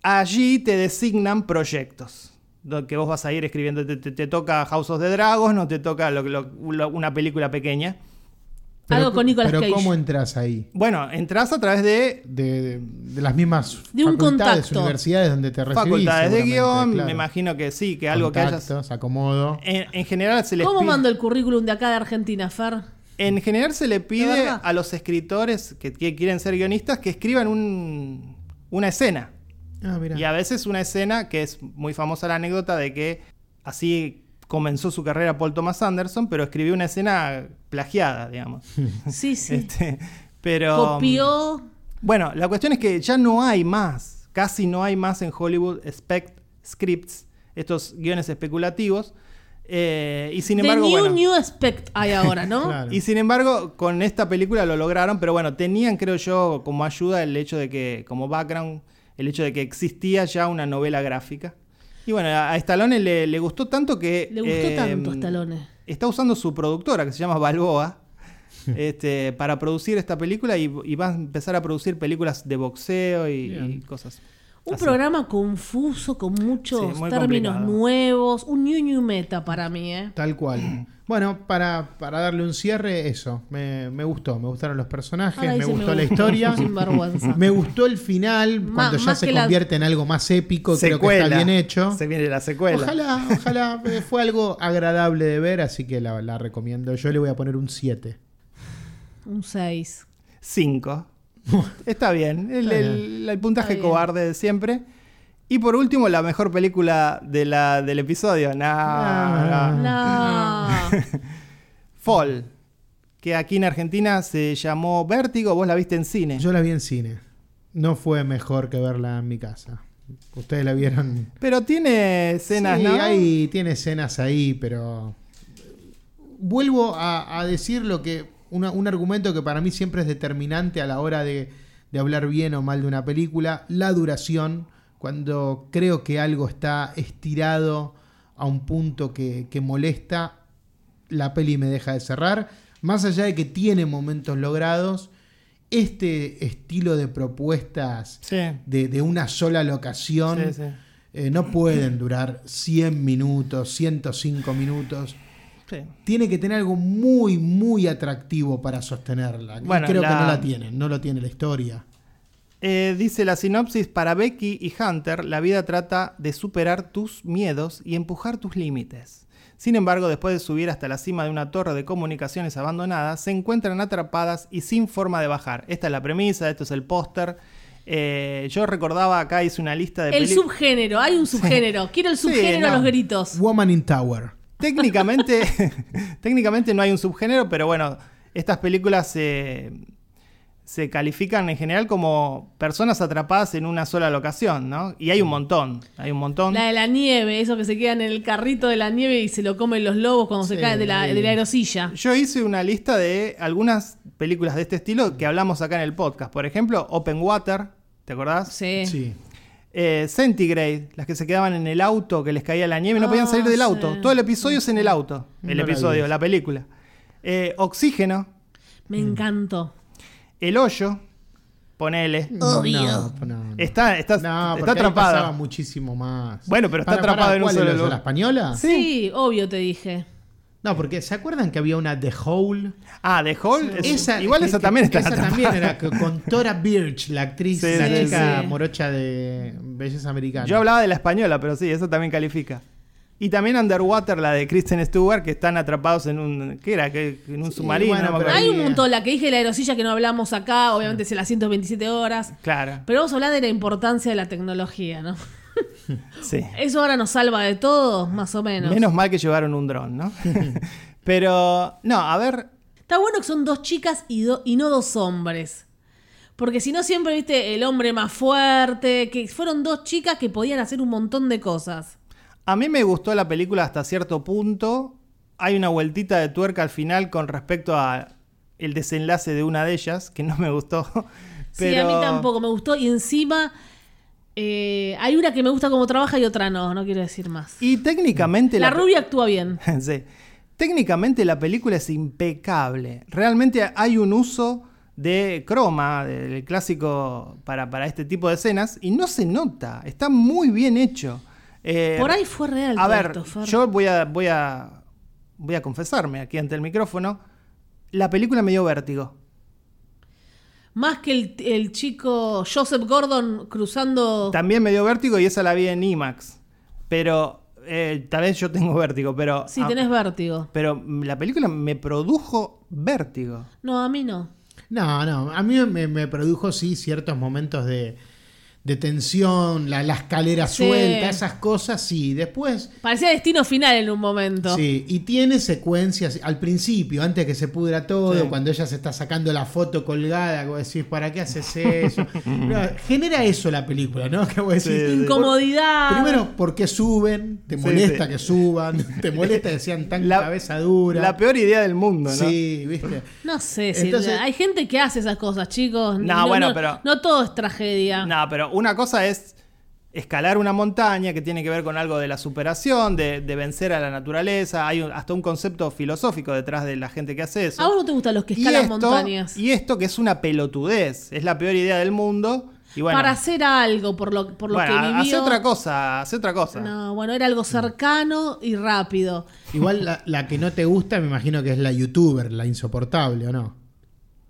Speaker 3: allí te designan proyectos. do- Que vos vas a ir escribiendo. Te, te- te toca House of the Dragons, no te toca lo- lo- lo- una película pequeña.
Speaker 4: Algo con Nicolas
Speaker 2: pero
Speaker 4: Cage.
Speaker 2: ¿cómo entras ahí?
Speaker 3: Bueno, entras a través de
Speaker 2: De, de- de las mismas
Speaker 4: De un
Speaker 2: facultades,
Speaker 4: contacto.
Speaker 2: universidades donde te recibís.
Speaker 3: facultades de
Speaker 2: seguramente,
Speaker 3: guión.
Speaker 2: claro.
Speaker 3: Me imagino que sí, que algo que hayas. Eh,
Speaker 2: Contactos, acomodo.
Speaker 3: En, en general se les
Speaker 4: ¿Cómo
Speaker 3: pide-
Speaker 4: mando el currículum de acá de Argentina, Fer?
Speaker 3: En general se le pide
Speaker 4: verdad.
Speaker 3: a los escritores que, que quieren ser guionistas que escriban un- una escena.
Speaker 2: Ah, mirá.
Speaker 3: Y a veces una escena que es muy famosa la anécdota de que así comenzó su carrera Paul Thomas Anderson, pero escribió una escena plagiada, digamos.
Speaker 4: Sí, sí.
Speaker 3: Este, pero
Speaker 4: Copió.
Speaker 3: bueno, la cuestión es que ya no hay más, casi no hay más en Hollywood spec scripts, estos guiones especulativos. Eh, y sin
Speaker 4: The
Speaker 3: embargo,
Speaker 4: New
Speaker 3: bueno,
Speaker 4: New Aspect hay ahora, ¿no?
Speaker 2: Claro.
Speaker 3: y sin embargo, con esta película lo lograron, pero bueno, tenían, creo yo, como ayuda el hecho de que, como background, el hecho de que existía ya una novela gráfica. Y bueno, a a Stallone le, le gustó tanto que...
Speaker 4: Le gustó
Speaker 3: eh,
Speaker 4: tanto a Stallone.
Speaker 3: Está usando su productora, que se llama Balboa, este, para producir esta película y, y va a empezar a producir películas de boxeo y,
Speaker 2: Bien.
Speaker 3: y cosas.
Speaker 4: Un
Speaker 3: Así.
Speaker 4: programa confuso, con muchos
Speaker 3: Sí, muy
Speaker 4: términos
Speaker 3: complicado.
Speaker 4: nuevos, un new new meta para mí, ¿eh?
Speaker 2: Tal cual. Bueno, para, para darle un cierre, eso. Me, me gustó. Me gustaron los personajes,
Speaker 4: Ahora
Speaker 2: me
Speaker 4: dice,
Speaker 2: gustó la historia.
Speaker 4: Sin vergüenza.
Speaker 2: Me gustó el final,
Speaker 4: Ma-
Speaker 2: cuando ya
Speaker 4: más
Speaker 2: se
Speaker 4: que la-
Speaker 2: convierte en algo más épico. Creo que está bien hecho.
Speaker 3: Se viene la secuela.
Speaker 2: Ojalá, ojalá. eh, Fue algo agradable de ver, así que la, la recomiendo. Yo le voy a poner un 7.
Speaker 4: Un 6.
Speaker 3: Cinco. Está bien. El,
Speaker 2: Está bien.
Speaker 3: el- el puntaje
Speaker 4: Está bien.
Speaker 3: cobarde de siempre. Y por último, la mejor película de la, del episodio. No,
Speaker 2: No.
Speaker 3: no.
Speaker 4: No.
Speaker 3: Ah. Fall. Que aquí en Argentina se llamó Vértigo. Vos la viste en cine.
Speaker 2: Yo la vi en cine. No fue mejor que verla en mi casa. Ustedes la vieron.
Speaker 3: Pero tiene escenas,
Speaker 2: sí,
Speaker 3: ¿no?
Speaker 2: ahí tiene escenas ahí, pero. Vuelvo a, a decir lo que. una- un argumento que para mí siempre es determinante a la hora de, de hablar bien o mal de una película. La duración. Cuando creo que algo está estirado a un punto que, que molesta, la peli me deja de cerrar. Más allá de que tiene momentos logrados, este estilo de propuestas
Speaker 3: Sí.
Speaker 2: de, de una sola locación
Speaker 3: Sí, sí.
Speaker 2: eh, no pueden durar 100 minutos, 105 minutos.
Speaker 3: Sí.
Speaker 2: Tiene que tener algo muy, muy atractivo para sostenerla. Y
Speaker 3: Bueno,
Speaker 2: creo que
Speaker 3: la-
Speaker 2: no la tienen, no lo tiene la historia.
Speaker 3: Eh, dice la sinopsis, para Becky y Hunter, la vida trata de superar tus miedos y empujar tus límites. Sin embargo, después de subir hasta la cima de una torre de comunicaciones abandonada, se encuentran atrapadas y sin forma de bajar. Esta es la premisa, esto es el póster. Eh, yo recordaba acá, hice una lista de
Speaker 4: El
Speaker 3: peli-
Speaker 4: subgénero, hay un subgénero. Quiero el
Speaker 3: Sí,
Speaker 4: subgénero a
Speaker 3: no.
Speaker 4: los gritos.
Speaker 2: Woman in Tower.
Speaker 3: Técnicamente, técnicamente no hay un subgénero, pero bueno, estas películas se, se califican en general como personas atrapadas en una sola locación, ¿no? Y hay un montón, hay un montón.
Speaker 4: La de la nieve, eso que se queda en el carrito de la nieve y se lo comen los lobos cuando se
Speaker 2: Sí.
Speaker 4: cae de la, de la aerosilla.
Speaker 3: Yo hice una lista de algunas películas de este estilo que hablamos acá en el podcast. Por ejemplo, Open Water, ¿te acordás?
Speaker 4: Sí.
Speaker 2: Sí.
Speaker 3: Eh, Centigrade, las que se quedaban en el auto, que les caía la nieve, no
Speaker 4: Ah,
Speaker 3: podían salir del
Speaker 4: sí.
Speaker 3: auto. Todo el episodio es en el auto. El
Speaker 2: No la vi.
Speaker 3: episodio, la película. Eh, oxígeno,
Speaker 4: Me encantó.
Speaker 3: El hoyo, ponele.
Speaker 2: Oh.
Speaker 4: Odio.
Speaker 2: No, no, no.
Speaker 3: Está, está,
Speaker 2: No,
Speaker 3: está
Speaker 2: porque ahí pasaba
Speaker 3: atrapada.
Speaker 2: muchísimo más.
Speaker 3: Bueno, pero está
Speaker 2: Pará, pará,
Speaker 3: atrapada en un
Speaker 2: ¿cuál
Speaker 3: solo
Speaker 2: era esa,
Speaker 3: lugar.
Speaker 2: ¿La española?
Speaker 4: Sí. obvio te dije.
Speaker 2: No, porque ¿se acuerdan que había una The Hole?
Speaker 3: Ah, The Hall. es- igual
Speaker 2: que-
Speaker 3: esa
Speaker 2: que-
Speaker 3: también está
Speaker 2: esa
Speaker 3: atrapada.
Speaker 2: también era co- con Tora Birch, la actriz,
Speaker 3: Sí,
Speaker 2: la
Speaker 3: sí,
Speaker 2: chica
Speaker 4: sí.
Speaker 2: morocha de Belleza Americana.
Speaker 3: Yo hablaba de la española, pero sí, esa también califica. Y también Underwater, la de Kristen Stewart, que están atrapados en un. ¿Qué era? ¿Qué- En un
Speaker 2: Sí,
Speaker 3: submarino.
Speaker 2: bueno,
Speaker 3: no me
Speaker 2: pero
Speaker 3: acuerdo.
Speaker 4: Hay un
Speaker 2: bien.
Speaker 4: montón, la que dije de la aerosilla que no hablamos acá, obviamente es la 127 horas.
Speaker 3: Claro.
Speaker 4: Pero vamos a hablar de la importancia de la tecnología, ¿no?
Speaker 3: Sí.
Speaker 4: Eso ahora nos salva de todo, más o menos.
Speaker 3: Menos mal que llevaron un dron, ¿no? pero, no, a ver.
Speaker 4: Está bueno que son dos chicas y, do- y no dos hombres. Porque si no, siempre viste el hombre más fuerte, que fueron dos chicas que podían hacer un montón de cosas.
Speaker 3: A mí me gustó la película hasta cierto punto. Hay una vueltita de tuerca al final con respecto a el desenlace de una de ellas, que no me gustó.
Speaker 4: Sí, a
Speaker 3: pero-
Speaker 4: mí tampoco me gustó. Y encima, eh, hay una que me gusta cómo trabaja y otra no, no quiero decir más.
Speaker 3: Y técnicamente
Speaker 4: La
Speaker 3: pe-
Speaker 4: rubia actúa bien.
Speaker 3: Sí. Técnicamente la película es impecable. Realmente hay un uso de croma, del clásico para, para este tipo de escenas, y no se nota. Está muy bien hecho. Eh,
Speaker 4: Por ahí fue real.
Speaker 3: A
Speaker 4: todo
Speaker 3: ver,
Speaker 4: esto, Fer.
Speaker 3: yo voy a, voy a voy a confesarme aquí ante el micrófono. La película me dio vértigo.
Speaker 4: Más que el, el chico Joseph Gordon cruzando.
Speaker 3: También me dio vértigo y esa la vi en IMAX. Pero eh, tal vez yo tengo vértigo, pero
Speaker 4: Sí,
Speaker 3: ah,
Speaker 4: tenés vértigo.
Speaker 3: pero la película me produjo vértigo.
Speaker 4: No, a mí no.
Speaker 2: No, no, a mí me, me produjo sí ciertos momentos de, de tensión, la, la escalera
Speaker 4: Sí.
Speaker 2: suelta, esas cosas, sí. Después,
Speaker 4: Parecía destino final en un momento.
Speaker 2: sí, y tiene secuencias al principio, antes que se pudra todo,
Speaker 3: Sí.
Speaker 2: cuando ella se está sacando la foto colgada, que vos decís, ¿para qué haces eso? No, genera eso la película, ¿no? Que vos decís,
Speaker 3: Sí, sí.
Speaker 4: Incomodidad.
Speaker 2: Primero, ¿por qué suben? ¿Te
Speaker 3: Sí,
Speaker 2: molesta
Speaker 3: sí.
Speaker 2: que suban? ¿Te molesta que sean tan
Speaker 3: La-
Speaker 2: cabeza dura?
Speaker 3: La peor idea del mundo, ¿no?
Speaker 2: Sí, ¿viste?
Speaker 4: No sé, si
Speaker 2: Entonces-
Speaker 4: hay gente que hace esas cosas, chicos.
Speaker 3: No, bueno, pero-
Speaker 4: No todo es tragedia.
Speaker 3: No, pero una cosa es escalar una montaña que tiene que ver con algo de la superación, de, de vencer a la naturaleza. Hay un- hasta un concepto filosófico detrás de la gente que hace eso.
Speaker 4: A vos no te gustan los que
Speaker 3: Y
Speaker 4: escalan
Speaker 3: esto-
Speaker 4: montañas.
Speaker 3: Y esto que es una pelotudez, es la peor idea del mundo. Y bueno,
Speaker 4: para hacer algo por lo, por lo
Speaker 3: bueno,
Speaker 4: que vivió.
Speaker 3: hace otra cosa, hace otra cosa.
Speaker 4: No, bueno, era algo cercano y rápido.
Speaker 2: Igual la, la que no te gusta, me imagino que es la youtuber, la insoportable, ¿o no?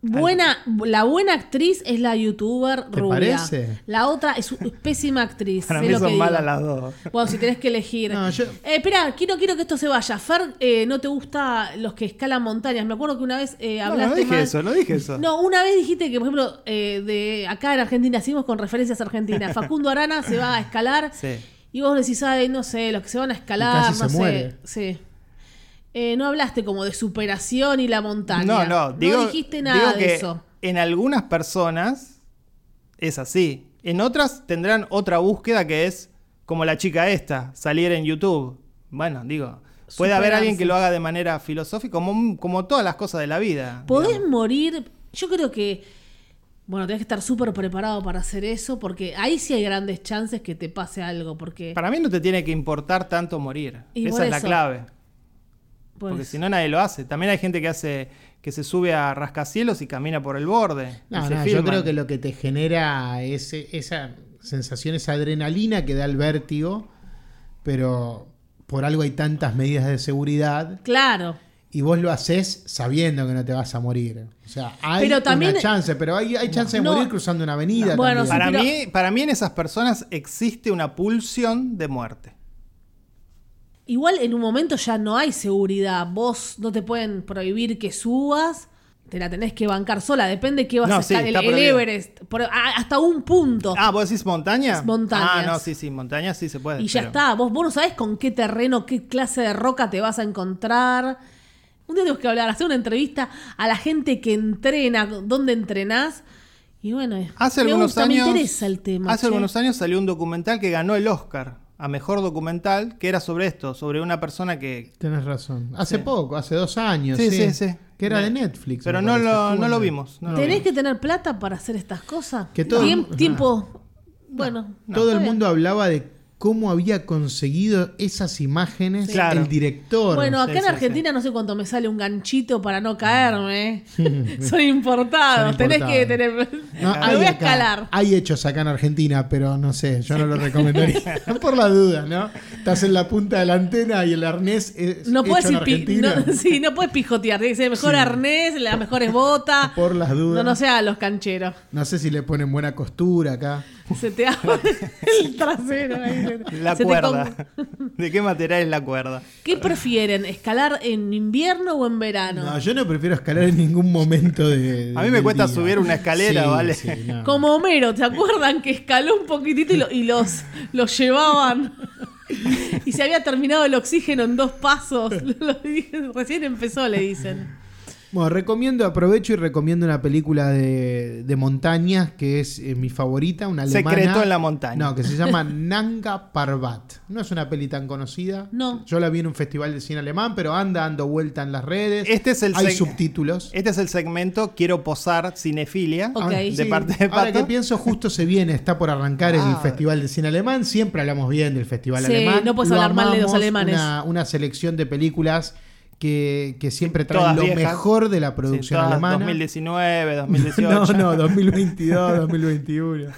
Speaker 4: Buena, la buena actriz es la youtuber
Speaker 2: ¿Te
Speaker 4: rubia.
Speaker 2: parece?
Speaker 4: La otra es u- pésima actriz.
Speaker 3: Para
Speaker 4: sé
Speaker 3: mí
Speaker 4: lo que
Speaker 3: son
Speaker 4: digo.
Speaker 3: malas las dos.
Speaker 4: Bueno, si tenés que elegir.
Speaker 2: No, yo-
Speaker 4: Eh, espera, quiero, quiero que esto se vaya. Fer, eh, no te gusta los que escalan montañas. Me acuerdo que una vez eh,
Speaker 3: No,
Speaker 4: hablaste
Speaker 3: no dije
Speaker 4: mal-
Speaker 3: eso, no dije eso.
Speaker 4: No, una vez dijiste que, por ejemplo, eh, de acá en Argentina hacemos con referencias argentinas. Facundo Arana se va a escalar
Speaker 3: Sí.
Speaker 4: y vos decís, ay, no sé, los que se van a
Speaker 2: Y
Speaker 4: escalar,
Speaker 2: casi
Speaker 4: no
Speaker 2: se
Speaker 4: sé.
Speaker 2: muere.
Speaker 4: Sí. Eh, no hablaste como de superación y la montaña.
Speaker 3: No, no, digo,
Speaker 4: dijiste
Speaker 3: digo
Speaker 4: nada de
Speaker 3: que
Speaker 4: eso.
Speaker 3: En algunas personas es así. En otras tendrán otra búsqueda que es como la chica esta, salir en YouTube. Bueno, digo, puede haber
Speaker 4: Superarse.
Speaker 3: alguien que lo haga de manera filosófica, como, como todas las cosas de la vida.
Speaker 4: Podés
Speaker 3: digamos.
Speaker 4: morir. Yo creo que. Bueno, tenés que estar súper preparado para hacer eso, porque ahí sí hay grandes chances que te pase algo, porque.
Speaker 3: Para mí no te tiene que importar tanto morir.
Speaker 4: Y
Speaker 3: Esa
Speaker 4: por
Speaker 3: es la
Speaker 4: eso,
Speaker 3: clave.
Speaker 4: pues,
Speaker 3: Porque si no nadie lo hace. También hay gente que hace que se sube a rascacielos y camina por el borde. y
Speaker 2: No,
Speaker 3: se
Speaker 2: no, yo
Speaker 3: filman.
Speaker 2: creo que lo que te genera ese, esa sensación, esa adrenalina que da el vértigo, pero por algo hay tantas medidas de seguridad
Speaker 4: Claro.
Speaker 2: y vos lo haces sabiendo que no te vas a morir. O sea, hay
Speaker 4: Pero también-
Speaker 2: una chance, pero hay, hay chance de
Speaker 4: No.
Speaker 2: morir cruzando una avenida.
Speaker 4: Bueno,
Speaker 2: también.
Speaker 4: sí.
Speaker 3: Para,
Speaker 4: pero-
Speaker 3: mí, para mí en esas personas existe una pulsión de muerte.
Speaker 4: Igual en un momento ya no hay seguridad. Vos no te pueden prohibir que subas. Te la tenés que bancar sola. Depende qué vas
Speaker 3: No,
Speaker 4: a
Speaker 3: sí,
Speaker 4: estar. el,
Speaker 3: está
Speaker 4: el
Speaker 3: prohibido.
Speaker 4: Everest. por- a- hasta un punto.
Speaker 3: Ah, ¿vos decís montaña?
Speaker 4: Montañas.
Speaker 3: Ah, no, sí, sí, montaña sí se puede.
Speaker 4: y ya
Speaker 3: Eh, pero-
Speaker 4: está. Vos, vos no sabés con qué terreno, qué clase de roca te vas a encontrar. Un día tenemos que hablar, hacer una entrevista a la gente que entrena, dónde entrenás. Y bueno,
Speaker 3: Hace
Speaker 4: me
Speaker 3: algunos
Speaker 4: gusta,
Speaker 3: años.
Speaker 4: me interesa el tema.
Speaker 3: Hace
Speaker 4: che.
Speaker 3: algunos años salió un documental que ganó el Oscar a mejor documental, que era sobre esto, sobre una persona que.
Speaker 2: Tenés razón. Hace poco, hace dos años.
Speaker 3: Sí,
Speaker 2: Sí,
Speaker 3: sí, sí.
Speaker 2: Que era de
Speaker 3: Me-
Speaker 2: Netflix.
Speaker 3: Pero
Speaker 2: me
Speaker 3: no
Speaker 2: parece.
Speaker 3: lo,
Speaker 2: Estuvo
Speaker 3: no lo
Speaker 2: en-
Speaker 3: vimos. no lo
Speaker 4: Tenés
Speaker 3: vimos.
Speaker 4: que tener plata para hacer estas cosas.
Speaker 2: Que todo-
Speaker 4: Tiem-
Speaker 2: no.
Speaker 4: tiempo. Bueno,
Speaker 2: Todo el
Speaker 4: está bien.
Speaker 2: mundo hablaba de cómo había conseguido esas imágenes
Speaker 3: Sí. Claro.
Speaker 2: el director.
Speaker 4: Bueno,
Speaker 3: Sí,
Speaker 4: acá en
Speaker 3: sí,
Speaker 4: Argentina no sé cuánto me sale un ganchito para no caerme. Son importados.
Speaker 2: Son
Speaker 4: Tenés
Speaker 2: importados.
Speaker 4: que tener.
Speaker 2: No,
Speaker 4: Me
Speaker 2: hay
Speaker 4: voy a
Speaker 2: acá-
Speaker 4: escalar.
Speaker 2: Hay hechos acá en Argentina, pero no sé, yo no lo recomendaría. por la duda, ¿no? Estás en la punta de la antena y el arnés es
Speaker 4: No
Speaker 2: hecho
Speaker 4: puedes
Speaker 2: en Argentina.
Speaker 4: sí, no puedes pijotear. Tiene que ser mejor arnés, las mejores botas.
Speaker 2: Por las
Speaker 4: No,
Speaker 2: dudas.
Speaker 4: no sea los cancheros.
Speaker 2: No sé si le ponen buena costura acá.
Speaker 4: Se te abre el trasero. ahí.
Speaker 3: La
Speaker 4: Se te
Speaker 3: cuerda.
Speaker 4: con-
Speaker 3: ¿De qué material es la cuerda?
Speaker 4: ¿Qué prefieren? ¿Escalar en invierno o en verano?
Speaker 2: No, yo no prefiero escalar en ningún momento de.
Speaker 3: A mí me
Speaker 2: del
Speaker 3: cuesta
Speaker 2: día.
Speaker 3: subir una escalera,
Speaker 2: Sí,
Speaker 3: ¿vale?
Speaker 2: sí, no.
Speaker 4: Como Homero, ¿te acuerdan que escaló un poquitito y, lo- y los, los llevaban? Y se había terminado el oxígeno en dos pasos. Lo dije, Recién empezó, le dicen.
Speaker 2: Bueno, recomiendo, aprovecho y recomiendo una película de, de montañas que es eh, mi favorita, una alemana.
Speaker 3: Secreto en la montaña.
Speaker 2: No, que se llama Nanga Parbat. No es una peli tan conocida.
Speaker 4: No.
Speaker 2: Yo la vi en un festival de cine alemán, pero anda dando vuelta en las redes.
Speaker 3: Este es el
Speaker 2: Hay
Speaker 3: sec-
Speaker 2: subtítulos.
Speaker 3: Este es el segmento Quiero posar cinefilia.
Speaker 4: Ok.
Speaker 2: Ahora-
Speaker 4: De
Speaker 3: parte de
Speaker 2: Ahora
Speaker 3: Pato.
Speaker 2: que pienso, justo se viene, está por arrancar el
Speaker 3: Ah.
Speaker 2: Festival de Cine Alemán. Siempre hablamos bien del Festival
Speaker 4: Sí,
Speaker 2: Alemán.
Speaker 4: no puedes
Speaker 2: Lo
Speaker 4: hablar mal de los
Speaker 2: amamos,
Speaker 4: alemanes.
Speaker 2: Una, una selección de películas que, que siempre traen
Speaker 3: Todas
Speaker 2: lo
Speaker 3: viejas.
Speaker 2: mejor de la producción
Speaker 3: Sí, todas
Speaker 2: alemana.
Speaker 3: 2019, 2018.
Speaker 2: No, no, 2022, 2021.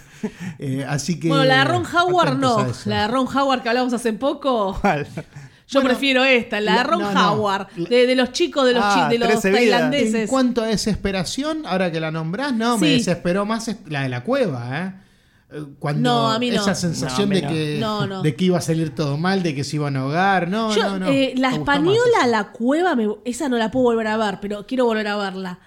Speaker 2: Eh, así que.
Speaker 4: Bueno, la de Ron Howard
Speaker 2: atentos
Speaker 4: no.
Speaker 2: a eso.
Speaker 4: La de Ron Howard que hablamos hace poco.
Speaker 3: ¿Cuál?
Speaker 4: Yo
Speaker 2: Bueno,
Speaker 4: prefiero esta, la de
Speaker 2: la-
Speaker 4: Ron
Speaker 2: no, no.
Speaker 4: Howard. De, de los chicos, de los,
Speaker 3: Ah,
Speaker 4: chi- de los
Speaker 3: 13 vidas.
Speaker 2: En
Speaker 4: tailandeses.
Speaker 2: cuanto a desesperación, ahora que la nombrás, no, me
Speaker 4: Sí.
Speaker 2: desesperó más es- la de la cueva, ¿eh? Eh, Cuando
Speaker 4: No, a mí no.
Speaker 2: esa sensación
Speaker 3: No, a
Speaker 2: de,
Speaker 3: mí no.
Speaker 2: que,
Speaker 4: No, no.
Speaker 2: de que iba a salir todo mal, de que se iban a ahogar, no,
Speaker 4: Yo,
Speaker 2: no, no.
Speaker 4: eh, la
Speaker 2: Me gustó más
Speaker 4: española,
Speaker 2: esa.
Speaker 4: la cueva, me- esa no la puedo volver a ver, pero quiero volver a verla.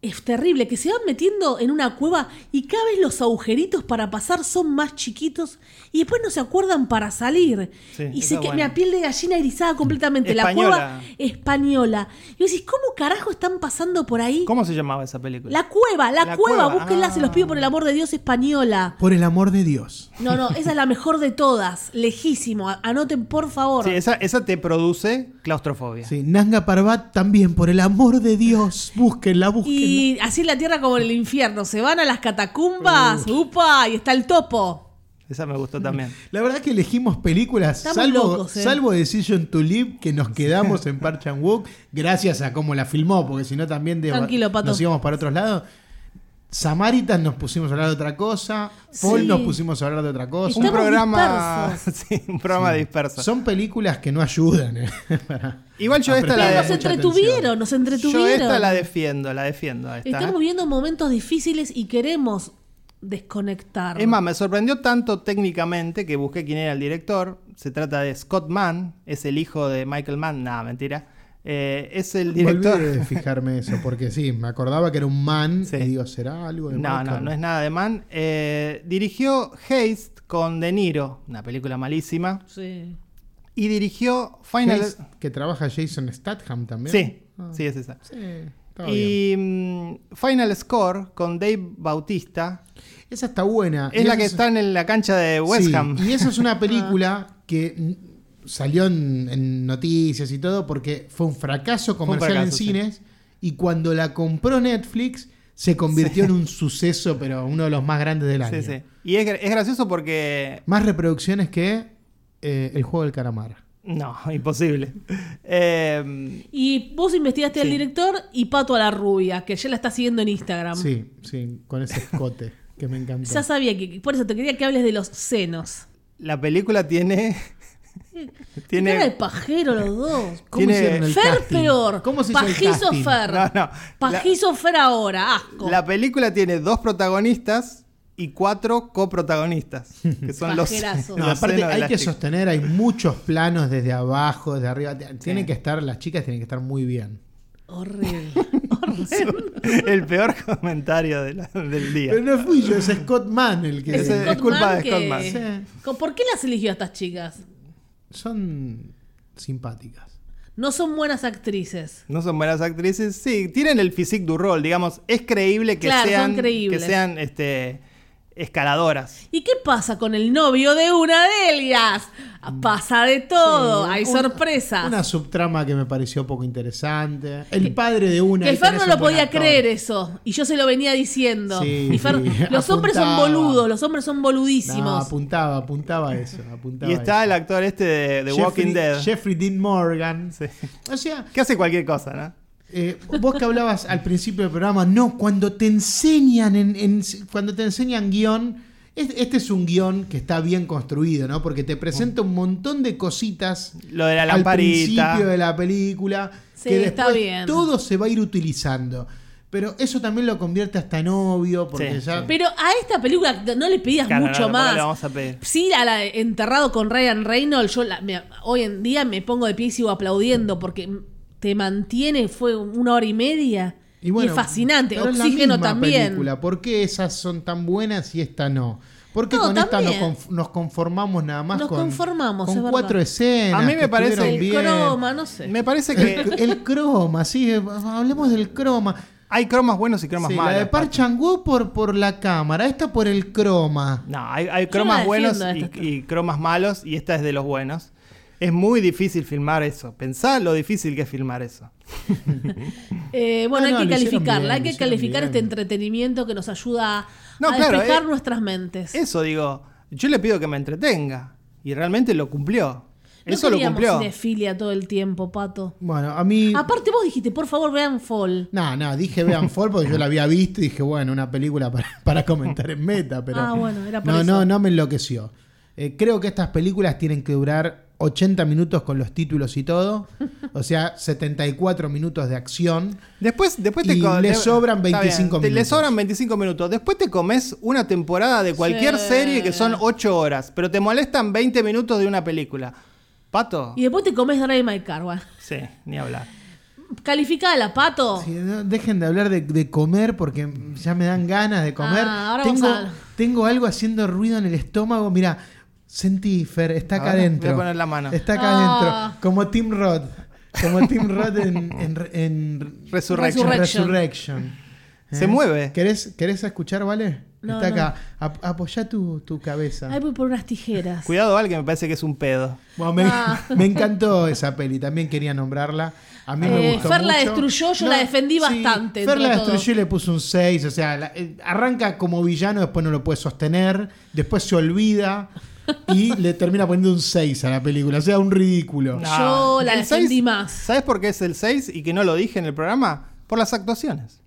Speaker 4: Es terrible, que se van metiendo en una cueva y cada vez los agujeritos para pasar son más chiquitos y después no se acuerdan para salir.
Speaker 3: Sí,
Speaker 4: y
Speaker 3: esa
Speaker 4: sé
Speaker 3: es
Speaker 4: que
Speaker 3: buena.
Speaker 4: me piel de gallina erizada completamente.
Speaker 3: Española.
Speaker 4: La cueva española. Y vos decís, ¿cómo carajo están pasando por ahí?
Speaker 3: ¿Cómo se llamaba esa película?
Speaker 4: La cueva, la,
Speaker 3: La
Speaker 4: cueva,
Speaker 3: cueva,
Speaker 4: búsquenla,
Speaker 3: ah.
Speaker 4: se los pido por el amor de Dios española.
Speaker 2: Por el amor de Dios.
Speaker 4: No, no, esa es la mejor de todas, lejísimo. a- Anoten por favor.
Speaker 3: Sí, esa, esa te produce claustrofobia.
Speaker 2: Sí, Nanga Parbat también, por el amor de Dios. Búsquenla, búsquenla.
Speaker 4: Y así en la tierra como en el infierno. Se van a las catacumbas, upa, y está el topo.
Speaker 3: Esa me gustó también.
Speaker 2: La verdad que elegimos películas,
Speaker 4: Estamos
Speaker 2: salvo,
Speaker 4: locos, eh.
Speaker 2: salvo Decision to Live, que nos quedamos en Park Chan Wook, gracias a cómo la filmó, porque si no también de-
Speaker 4: Tranquilo, Pato.
Speaker 2: nos íbamos para otros lados. Samaritas nos pusimos a hablar de otra cosa, Paul
Speaker 4: Sí.
Speaker 2: nos pusimos a hablar de otra cosa.
Speaker 4: Estamos
Speaker 3: un programa,
Speaker 4: dispersos.
Speaker 3: sí, un programa disperso.
Speaker 2: Son películas que no ayudan. eh, para-
Speaker 3: Igual yo esta
Speaker 2: Apretamos
Speaker 3: la
Speaker 4: nos
Speaker 2: mucha
Speaker 3: de-
Speaker 4: entretuvieron, nos entretuvieron.
Speaker 3: yo esta la defiendo, la defiendo. a esta,
Speaker 4: Estamos
Speaker 3: ¿eh?
Speaker 4: viviendo momentos difíciles y queremos desconectar.
Speaker 3: Es más, me sorprendió tanto técnicamente que busqué quién era el director. Se trata de Scott Mann, es el hijo de Michael Mann. Nada, mentira. Eh, es el director.
Speaker 2: Volví de fijarme eso, porque sí, me acordaba que era un man,
Speaker 3: Sí.
Speaker 2: y digo, ¿será algo de
Speaker 3: No, no,
Speaker 2: Michael?
Speaker 3: no es nada de Mann. Eh, dirigió Haste con De Niro, una película malísima.
Speaker 4: Sí.
Speaker 3: Y dirigió Final.
Speaker 2: Jason- Que trabaja Jason Statham también.
Speaker 3: Sí,
Speaker 2: Ah,
Speaker 3: sí, es esa.
Speaker 2: sí, estaba bien.
Speaker 3: Y mm, Final Score con Dave Bautista.
Speaker 2: Esa está buena.
Speaker 3: Es
Speaker 2: Ah, Y
Speaker 3: la
Speaker 2: esa
Speaker 3: que está en la cancha de West
Speaker 2: Sí,
Speaker 3: Ham. Ah.
Speaker 2: Y esa es una película que mm, salió en, en noticias y todo porque fue un fracaso
Speaker 3: un
Speaker 2: comercial en
Speaker 3: fracaso, sí.
Speaker 2: cines y cuando la compró Netflix se convirtió en un suceso, pero uno de los más grandes del año.
Speaker 3: Sí, sí. Y es, gra- es gracioso porque.
Speaker 2: Más reproducciones que eh, El Juego del Calamar.
Speaker 3: No, imposible. Eh,
Speaker 4: Y vos investigaste al
Speaker 3: Sí.
Speaker 4: director y Pato a la rubia, que ya la está siguiendo en Instagram.
Speaker 2: Sí, sí, con ese escote que me encantó.
Speaker 4: Ya sabía que. Por eso te quería que hables de los senos.
Speaker 3: la película tiene.
Speaker 4: Tiene... Cara de
Speaker 3: tiene.
Speaker 4: pajero los dos.
Speaker 2: ¿Cómo
Speaker 3: tiene-
Speaker 2: hicieron el
Speaker 4: Fer
Speaker 2: casting?
Speaker 4: peor.
Speaker 2: ¿Cómo se hizo el
Speaker 4: Pajizo
Speaker 2: casting?
Speaker 4: Fer.
Speaker 3: No, no.
Speaker 4: Pajizo Fer ahora, asco.
Speaker 3: La película tiene dos protagonistas y cuatro coprotagonistas. Que son los.
Speaker 4: Pajerazo.
Speaker 2: No,
Speaker 3: los
Speaker 2: aparte
Speaker 3: senos de
Speaker 2: hay
Speaker 3: las
Speaker 2: que
Speaker 3: chicas.
Speaker 2: sostener, hay muchos planos desde abajo, desde arriba. Tienen que estar, las chicas tienen que estar muy bien.
Speaker 4: Horrible. Horrible.
Speaker 3: El peor comentario de la- del día.
Speaker 2: Pero no fui yo, es Scott Mann el que.
Speaker 3: Ese-
Speaker 4: Scott
Speaker 3: es culpa
Speaker 4: Mann
Speaker 3: de
Speaker 4: que-
Speaker 3: Scott Mann.
Speaker 4: Co- ¿Por qué las eligió a estas chicas?
Speaker 2: Son simpáticas.
Speaker 4: No son buenas actrices.
Speaker 3: No son buenas actrices. Sí, tienen el physique du rol, digamos. Es creíble que
Speaker 4: Claro, son
Speaker 3: sean.
Speaker 4: creíbles.
Speaker 3: Que sean este, escaladoras.
Speaker 4: ¿Y qué pasa con el novio de una de ellas? Ah, Pasa de todo, hay
Speaker 2: Mm. Una-
Speaker 4: sorpresas.
Speaker 2: Una subtrama que me pareció poco interesante. El padre de una.
Speaker 4: que
Speaker 2: y
Speaker 4: el Fer
Speaker 2: tenés
Speaker 4: no
Speaker 2: un
Speaker 4: lo
Speaker 2: buen
Speaker 4: podía
Speaker 2: actor.
Speaker 4: creer eso. Y yo se lo venía diciendo.
Speaker 2: Sí,
Speaker 4: Y Fer-
Speaker 2: sí,
Speaker 4: los hombres son
Speaker 2: apuntaba.
Speaker 4: boludos, los hombres son
Speaker 2: No,
Speaker 4: boludísimos.
Speaker 2: apuntaba, apuntaba eso. Apuntaba
Speaker 3: Y está el
Speaker 2: eso.
Speaker 3: actor este de, de
Speaker 2: Jeffrey-
Speaker 3: Walking Dead.
Speaker 2: Jeffrey Dean Morgan.
Speaker 3: Sí.
Speaker 2: O sea,
Speaker 3: Que hace cualquier cosa, ¿no?
Speaker 2: Eh, vos que hablabas al principio del programa, no, cuando te enseñan en, en- cuando te enseñan guión, es- este es un guión que está bien construido, ¿no? Porque te presenta un montón de cositas
Speaker 3: Lo de la
Speaker 2: al principio
Speaker 3: lamparita.
Speaker 2: de la película
Speaker 4: Sí,
Speaker 2: que
Speaker 4: está
Speaker 2: después
Speaker 4: bien.
Speaker 2: todo se va a ir utilizando. Pero eso también lo convierte hasta en obvio, porque
Speaker 3: Sí,
Speaker 2: ya
Speaker 4: Pero a esta película no le pedías
Speaker 3: Claro, no,
Speaker 4: mucho
Speaker 3: no, tampoco
Speaker 4: más.
Speaker 3: le vamos a pedir.
Speaker 4: Sí, a la de enterrado con Ryan Reynolds, yo la- me- hoy en día me pongo de pie y sigo aplaudiendo porque te mantiene, fue una hora y media. Y,
Speaker 2: bueno,
Speaker 4: es fascinante.
Speaker 2: pero es la
Speaker 4: Oxígeno
Speaker 2: misma
Speaker 4: también.
Speaker 2: película. ¿Por qué esas son tan buenas y esta no? ¿Por qué
Speaker 4: No,
Speaker 2: con esta
Speaker 4: también.
Speaker 2: nos, conf- nos conformamos nada más
Speaker 4: Nos
Speaker 2: con,
Speaker 4: conformamos,
Speaker 2: con
Speaker 4: es verdad.
Speaker 2: cuatro escenas?
Speaker 3: A mí me
Speaker 2: que
Speaker 3: parece-
Speaker 2: estuvieron
Speaker 4: El
Speaker 2: bien?
Speaker 4: croma, no sé.
Speaker 3: Me parece
Speaker 2: El,
Speaker 3: que
Speaker 2: el croma, sí, eh, hablemos del croma.
Speaker 3: hay cromas buenos y cromas
Speaker 2: Sí,
Speaker 3: malos.
Speaker 2: la de Park Chang-wook por, por la cámara, esta por el croma.
Speaker 3: No, hay, hay
Speaker 4: la
Speaker 3: cromas buenos
Speaker 4: defiendo a
Speaker 3: y,
Speaker 4: esta.
Speaker 3: y cromas malos, y esta es de los buenos. Es muy difícil filmar eso. Pensá lo difícil que es filmar eso.
Speaker 4: Eh, bueno,
Speaker 2: Ah, No,
Speaker 4: hay
Speaker 2: no, lo
Speaker 4: que
Speaker 2: hicieron bien,
Speaker 4: calificarla, hay
Speaker 2: lo
Speaker 4: que
Speaker 2: hicieron
Speaker 4: calificar
Speaker 2: bien.
Speaker 4: este entretenimiento que nos ayuda a-
Speaker 3: No,
Speaker 4: a
Speaker 3: claro,
Speaker 4: despejar
Speaker 3: eh,
Speaker 4: nuestras mentes.
Speaker 3: Eso digo, yo le pido que me entretenga. Y realmente lo cumplió.
Speaker 4: no
Speaker 3: eso lo
Speaker 4: queríamos
Speaker 3: cumplió.
Speaker 4: cinefilia todo el tiempo, Pato.
Speaker 2: Bueno, a mí.
Speaker 4: Aparte vos dijiste, por favor, vean Fall.
Speaker 2: No, no, dije Vean Fall porque yo la había visto y dije, bueno, una película para, para comentar en meta, pero.
Speaker 4: Ah, bueno, era por
Speaker 2: No,
Speaker 4: eso.
Speaker 2: no, no me enloqueció. Eh, creo que estas películas tienen que durar 80 minutos con los títulos y todo. O sea, 74 minutos de acción.
Speaker 3: Después, después te
Speaker 2: Y
Speaker 3: co-
Speaker 2: le
Speaker 3: te-
Speaker 2: sobran
Speaker 3: está
Speaker 2: 25
Speaker 3: te- Le
Speaker 2: minutos.
Speaker 3: sobran 25 minutos. Después te comes una temporada de cualquier
Speaker 4: Sí.
Speaker 3: serie que son 8 horas, pero te molestan 20 minutos de una película. Pato.
Speaker 4: Y después te comes Drive My Car. bueno.
Speaker 3: Sí, ni hablar.
Speaker 4: Calificala, Pato.
Speaker 2: Sí, no, dejen de hablar de, de comer porque ya me dan ganas de comer.
Speaker 4: Ah, ahora
Speaker 2: tengo,
Speaker 4: vamos a-
Speaker 2: tengo algo haciendo ruido en el estómago. Mira, sentí, Fer, está acá
Speaker 3: Ahora voy a
Speaker 2: adentro.
Speaker 3: poner la mano.
Speaker 2: Está acá
Speaker 4: Ah.
Speaker 2: adentro. Como Tim Roth. Como Tim Roth en, en, en
Speaker 3: Resurrection.
Speaker 4: Resurrection.
Speaker 2: Resurrection.
Speaker 3: Se mueve.
Speaker 2: ¿Querés, querés escuchar, vale?
Speaker 4: No,
Speaker 2: está
Speaker 4: no.
Speaker 2: acá. Ap- apoyá tu, tu cabeza.
Speaker 4: Ahí voy por unas tijeras.
Speaker 3: Cuidado, Al, que me parece que es un pedo.
Speaker 2: Bueno, me,
Speaker 4: Ah.
Speaker 2: me encantó esa peli, también quería nombrarla. A mí me
Speaker 4: Eh,
Speaker 2: gustó
Speaker 4: Fer la
Speaker 2: mucho.
Speaker 4: destruyó, yo la defendí bastante,
Speaker 2: Fer la
Speaker 4: entre todo.
Speaker 2: destruyó y le puso un 6. O sea, la- eh, arranca como villano, después no lo puede sostener, después se olvida y le termina poniendo un 6 a la película. O sea, un ridículo.
Speaker 4: No. Yo la
Speaker 3: El
Speaker 4: defendí
Speaker 3: seis,
Speaker 4: más.
Speaker 3: ¿Sabes por qué es el 6 y que no lo dije en el programa? Por las actuaciones.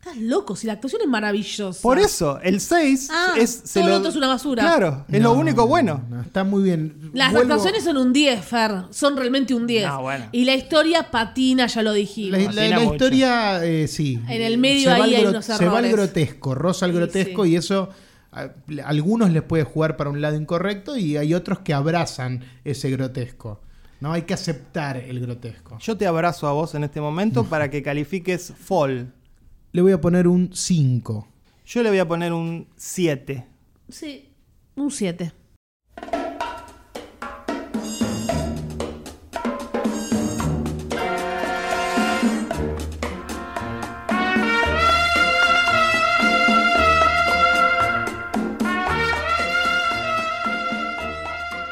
Speaker 4: Estás loco, si la actuación es maravillosa.
Speaker 3: Por eso, el 6
Speaker 4: Ah,
Speaker 3: es.
Speaker 4: todo lo otro es una basura.
Speaker 3: Claro, es lo
Speaker 2: No,
Speaker 3: único bueno.
Speaker 2: no, está muy bien.
Speaker 4: Las
Speaker 2: Vuelvo-
Speaker 4: actuaciones son un 10, Fer. Son realmente un 10.
Speaker 3: No, bueno.
Speaker 4: Y la historia patina, ya lo dijimos.
Speaker 2: La, la-
Speaker 3: Fascina
Speaker 2: la
Speaker 3: mucho.
Speaker 2: historia, eh, sí.
Speaker 4: En el medio
Speaker 2: va
Speaker 4: ahí
Speaker 2: al
Speaker 4: hay
Speaker 2: gro-
Speaker 4: unos
Speaker 2: Se va al
Speaker 4: errores.
Speaker 2: grotesco, rosa al
Speaker 4: Sí,
Speaker 2: grotesco
Speaker 4: sí.
Speaker 2: y eso a, a algunos les puede jugar para un lado incorrecto y hay otros que abrazan ese grotesco. No hay que aceptar el grotesco.
Speaker 3: Yo te abrazo a vos en este momento para que califiques Fall.
Speaker 2: Le voy a poner un 5.
Speaker 3: Yo le voy a poner un 7.
Speaker 4: Sí, un 7.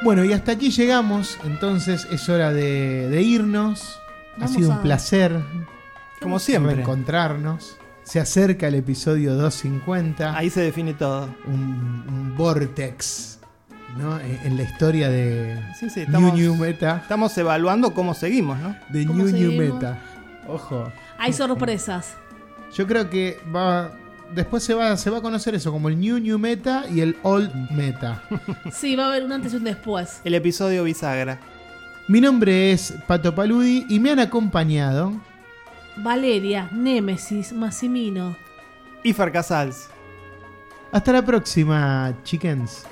Speaker 2: Bueno, y hasta aquí llegamos. Entonces es hora de, de irnos.
Speaker 4: Vamos
Speaker 2: ha sido
Speaker 4: a-
Speaker 2: un placer
Speaker 3: Como siempre.
Speaker 2: reencontrarnos. Se acerca el episodio 250.
Speaker 3: Ahí se define todo.
Speaker 2: un, un vortex ¿no? en, en la historia de
Speaker 3: Sí, sí,
Speaker 2: New
Speaker 3: estamos-
Speaker 2: New Meta.
Speaker 3: Estamos evaluando cómo seguimos, ¿no?
Speaker 2: De
Speaker 4: ¿Cómo
Speaker 2: New New
Speaker 4: seguimos?
Speaker 2: Meta. Ojo.
Speaker 4: Hay sorpresas.
Speaker 2: Yo creo que va. Después se va, se va a conocer eso como el New New Meta y el Old Meta.
Speaker 4: Sí, va a haber un antes y un después.
Speaker 3: El episodio bisagra.
Speaker 2: Mi nombre es Pato Paludi y me han acompañado.
Speaker 4: Valeria, Némesis, Massimino.
Speaker 3: Y Casals.
Speaker 2: Hasta la próxima, chickens.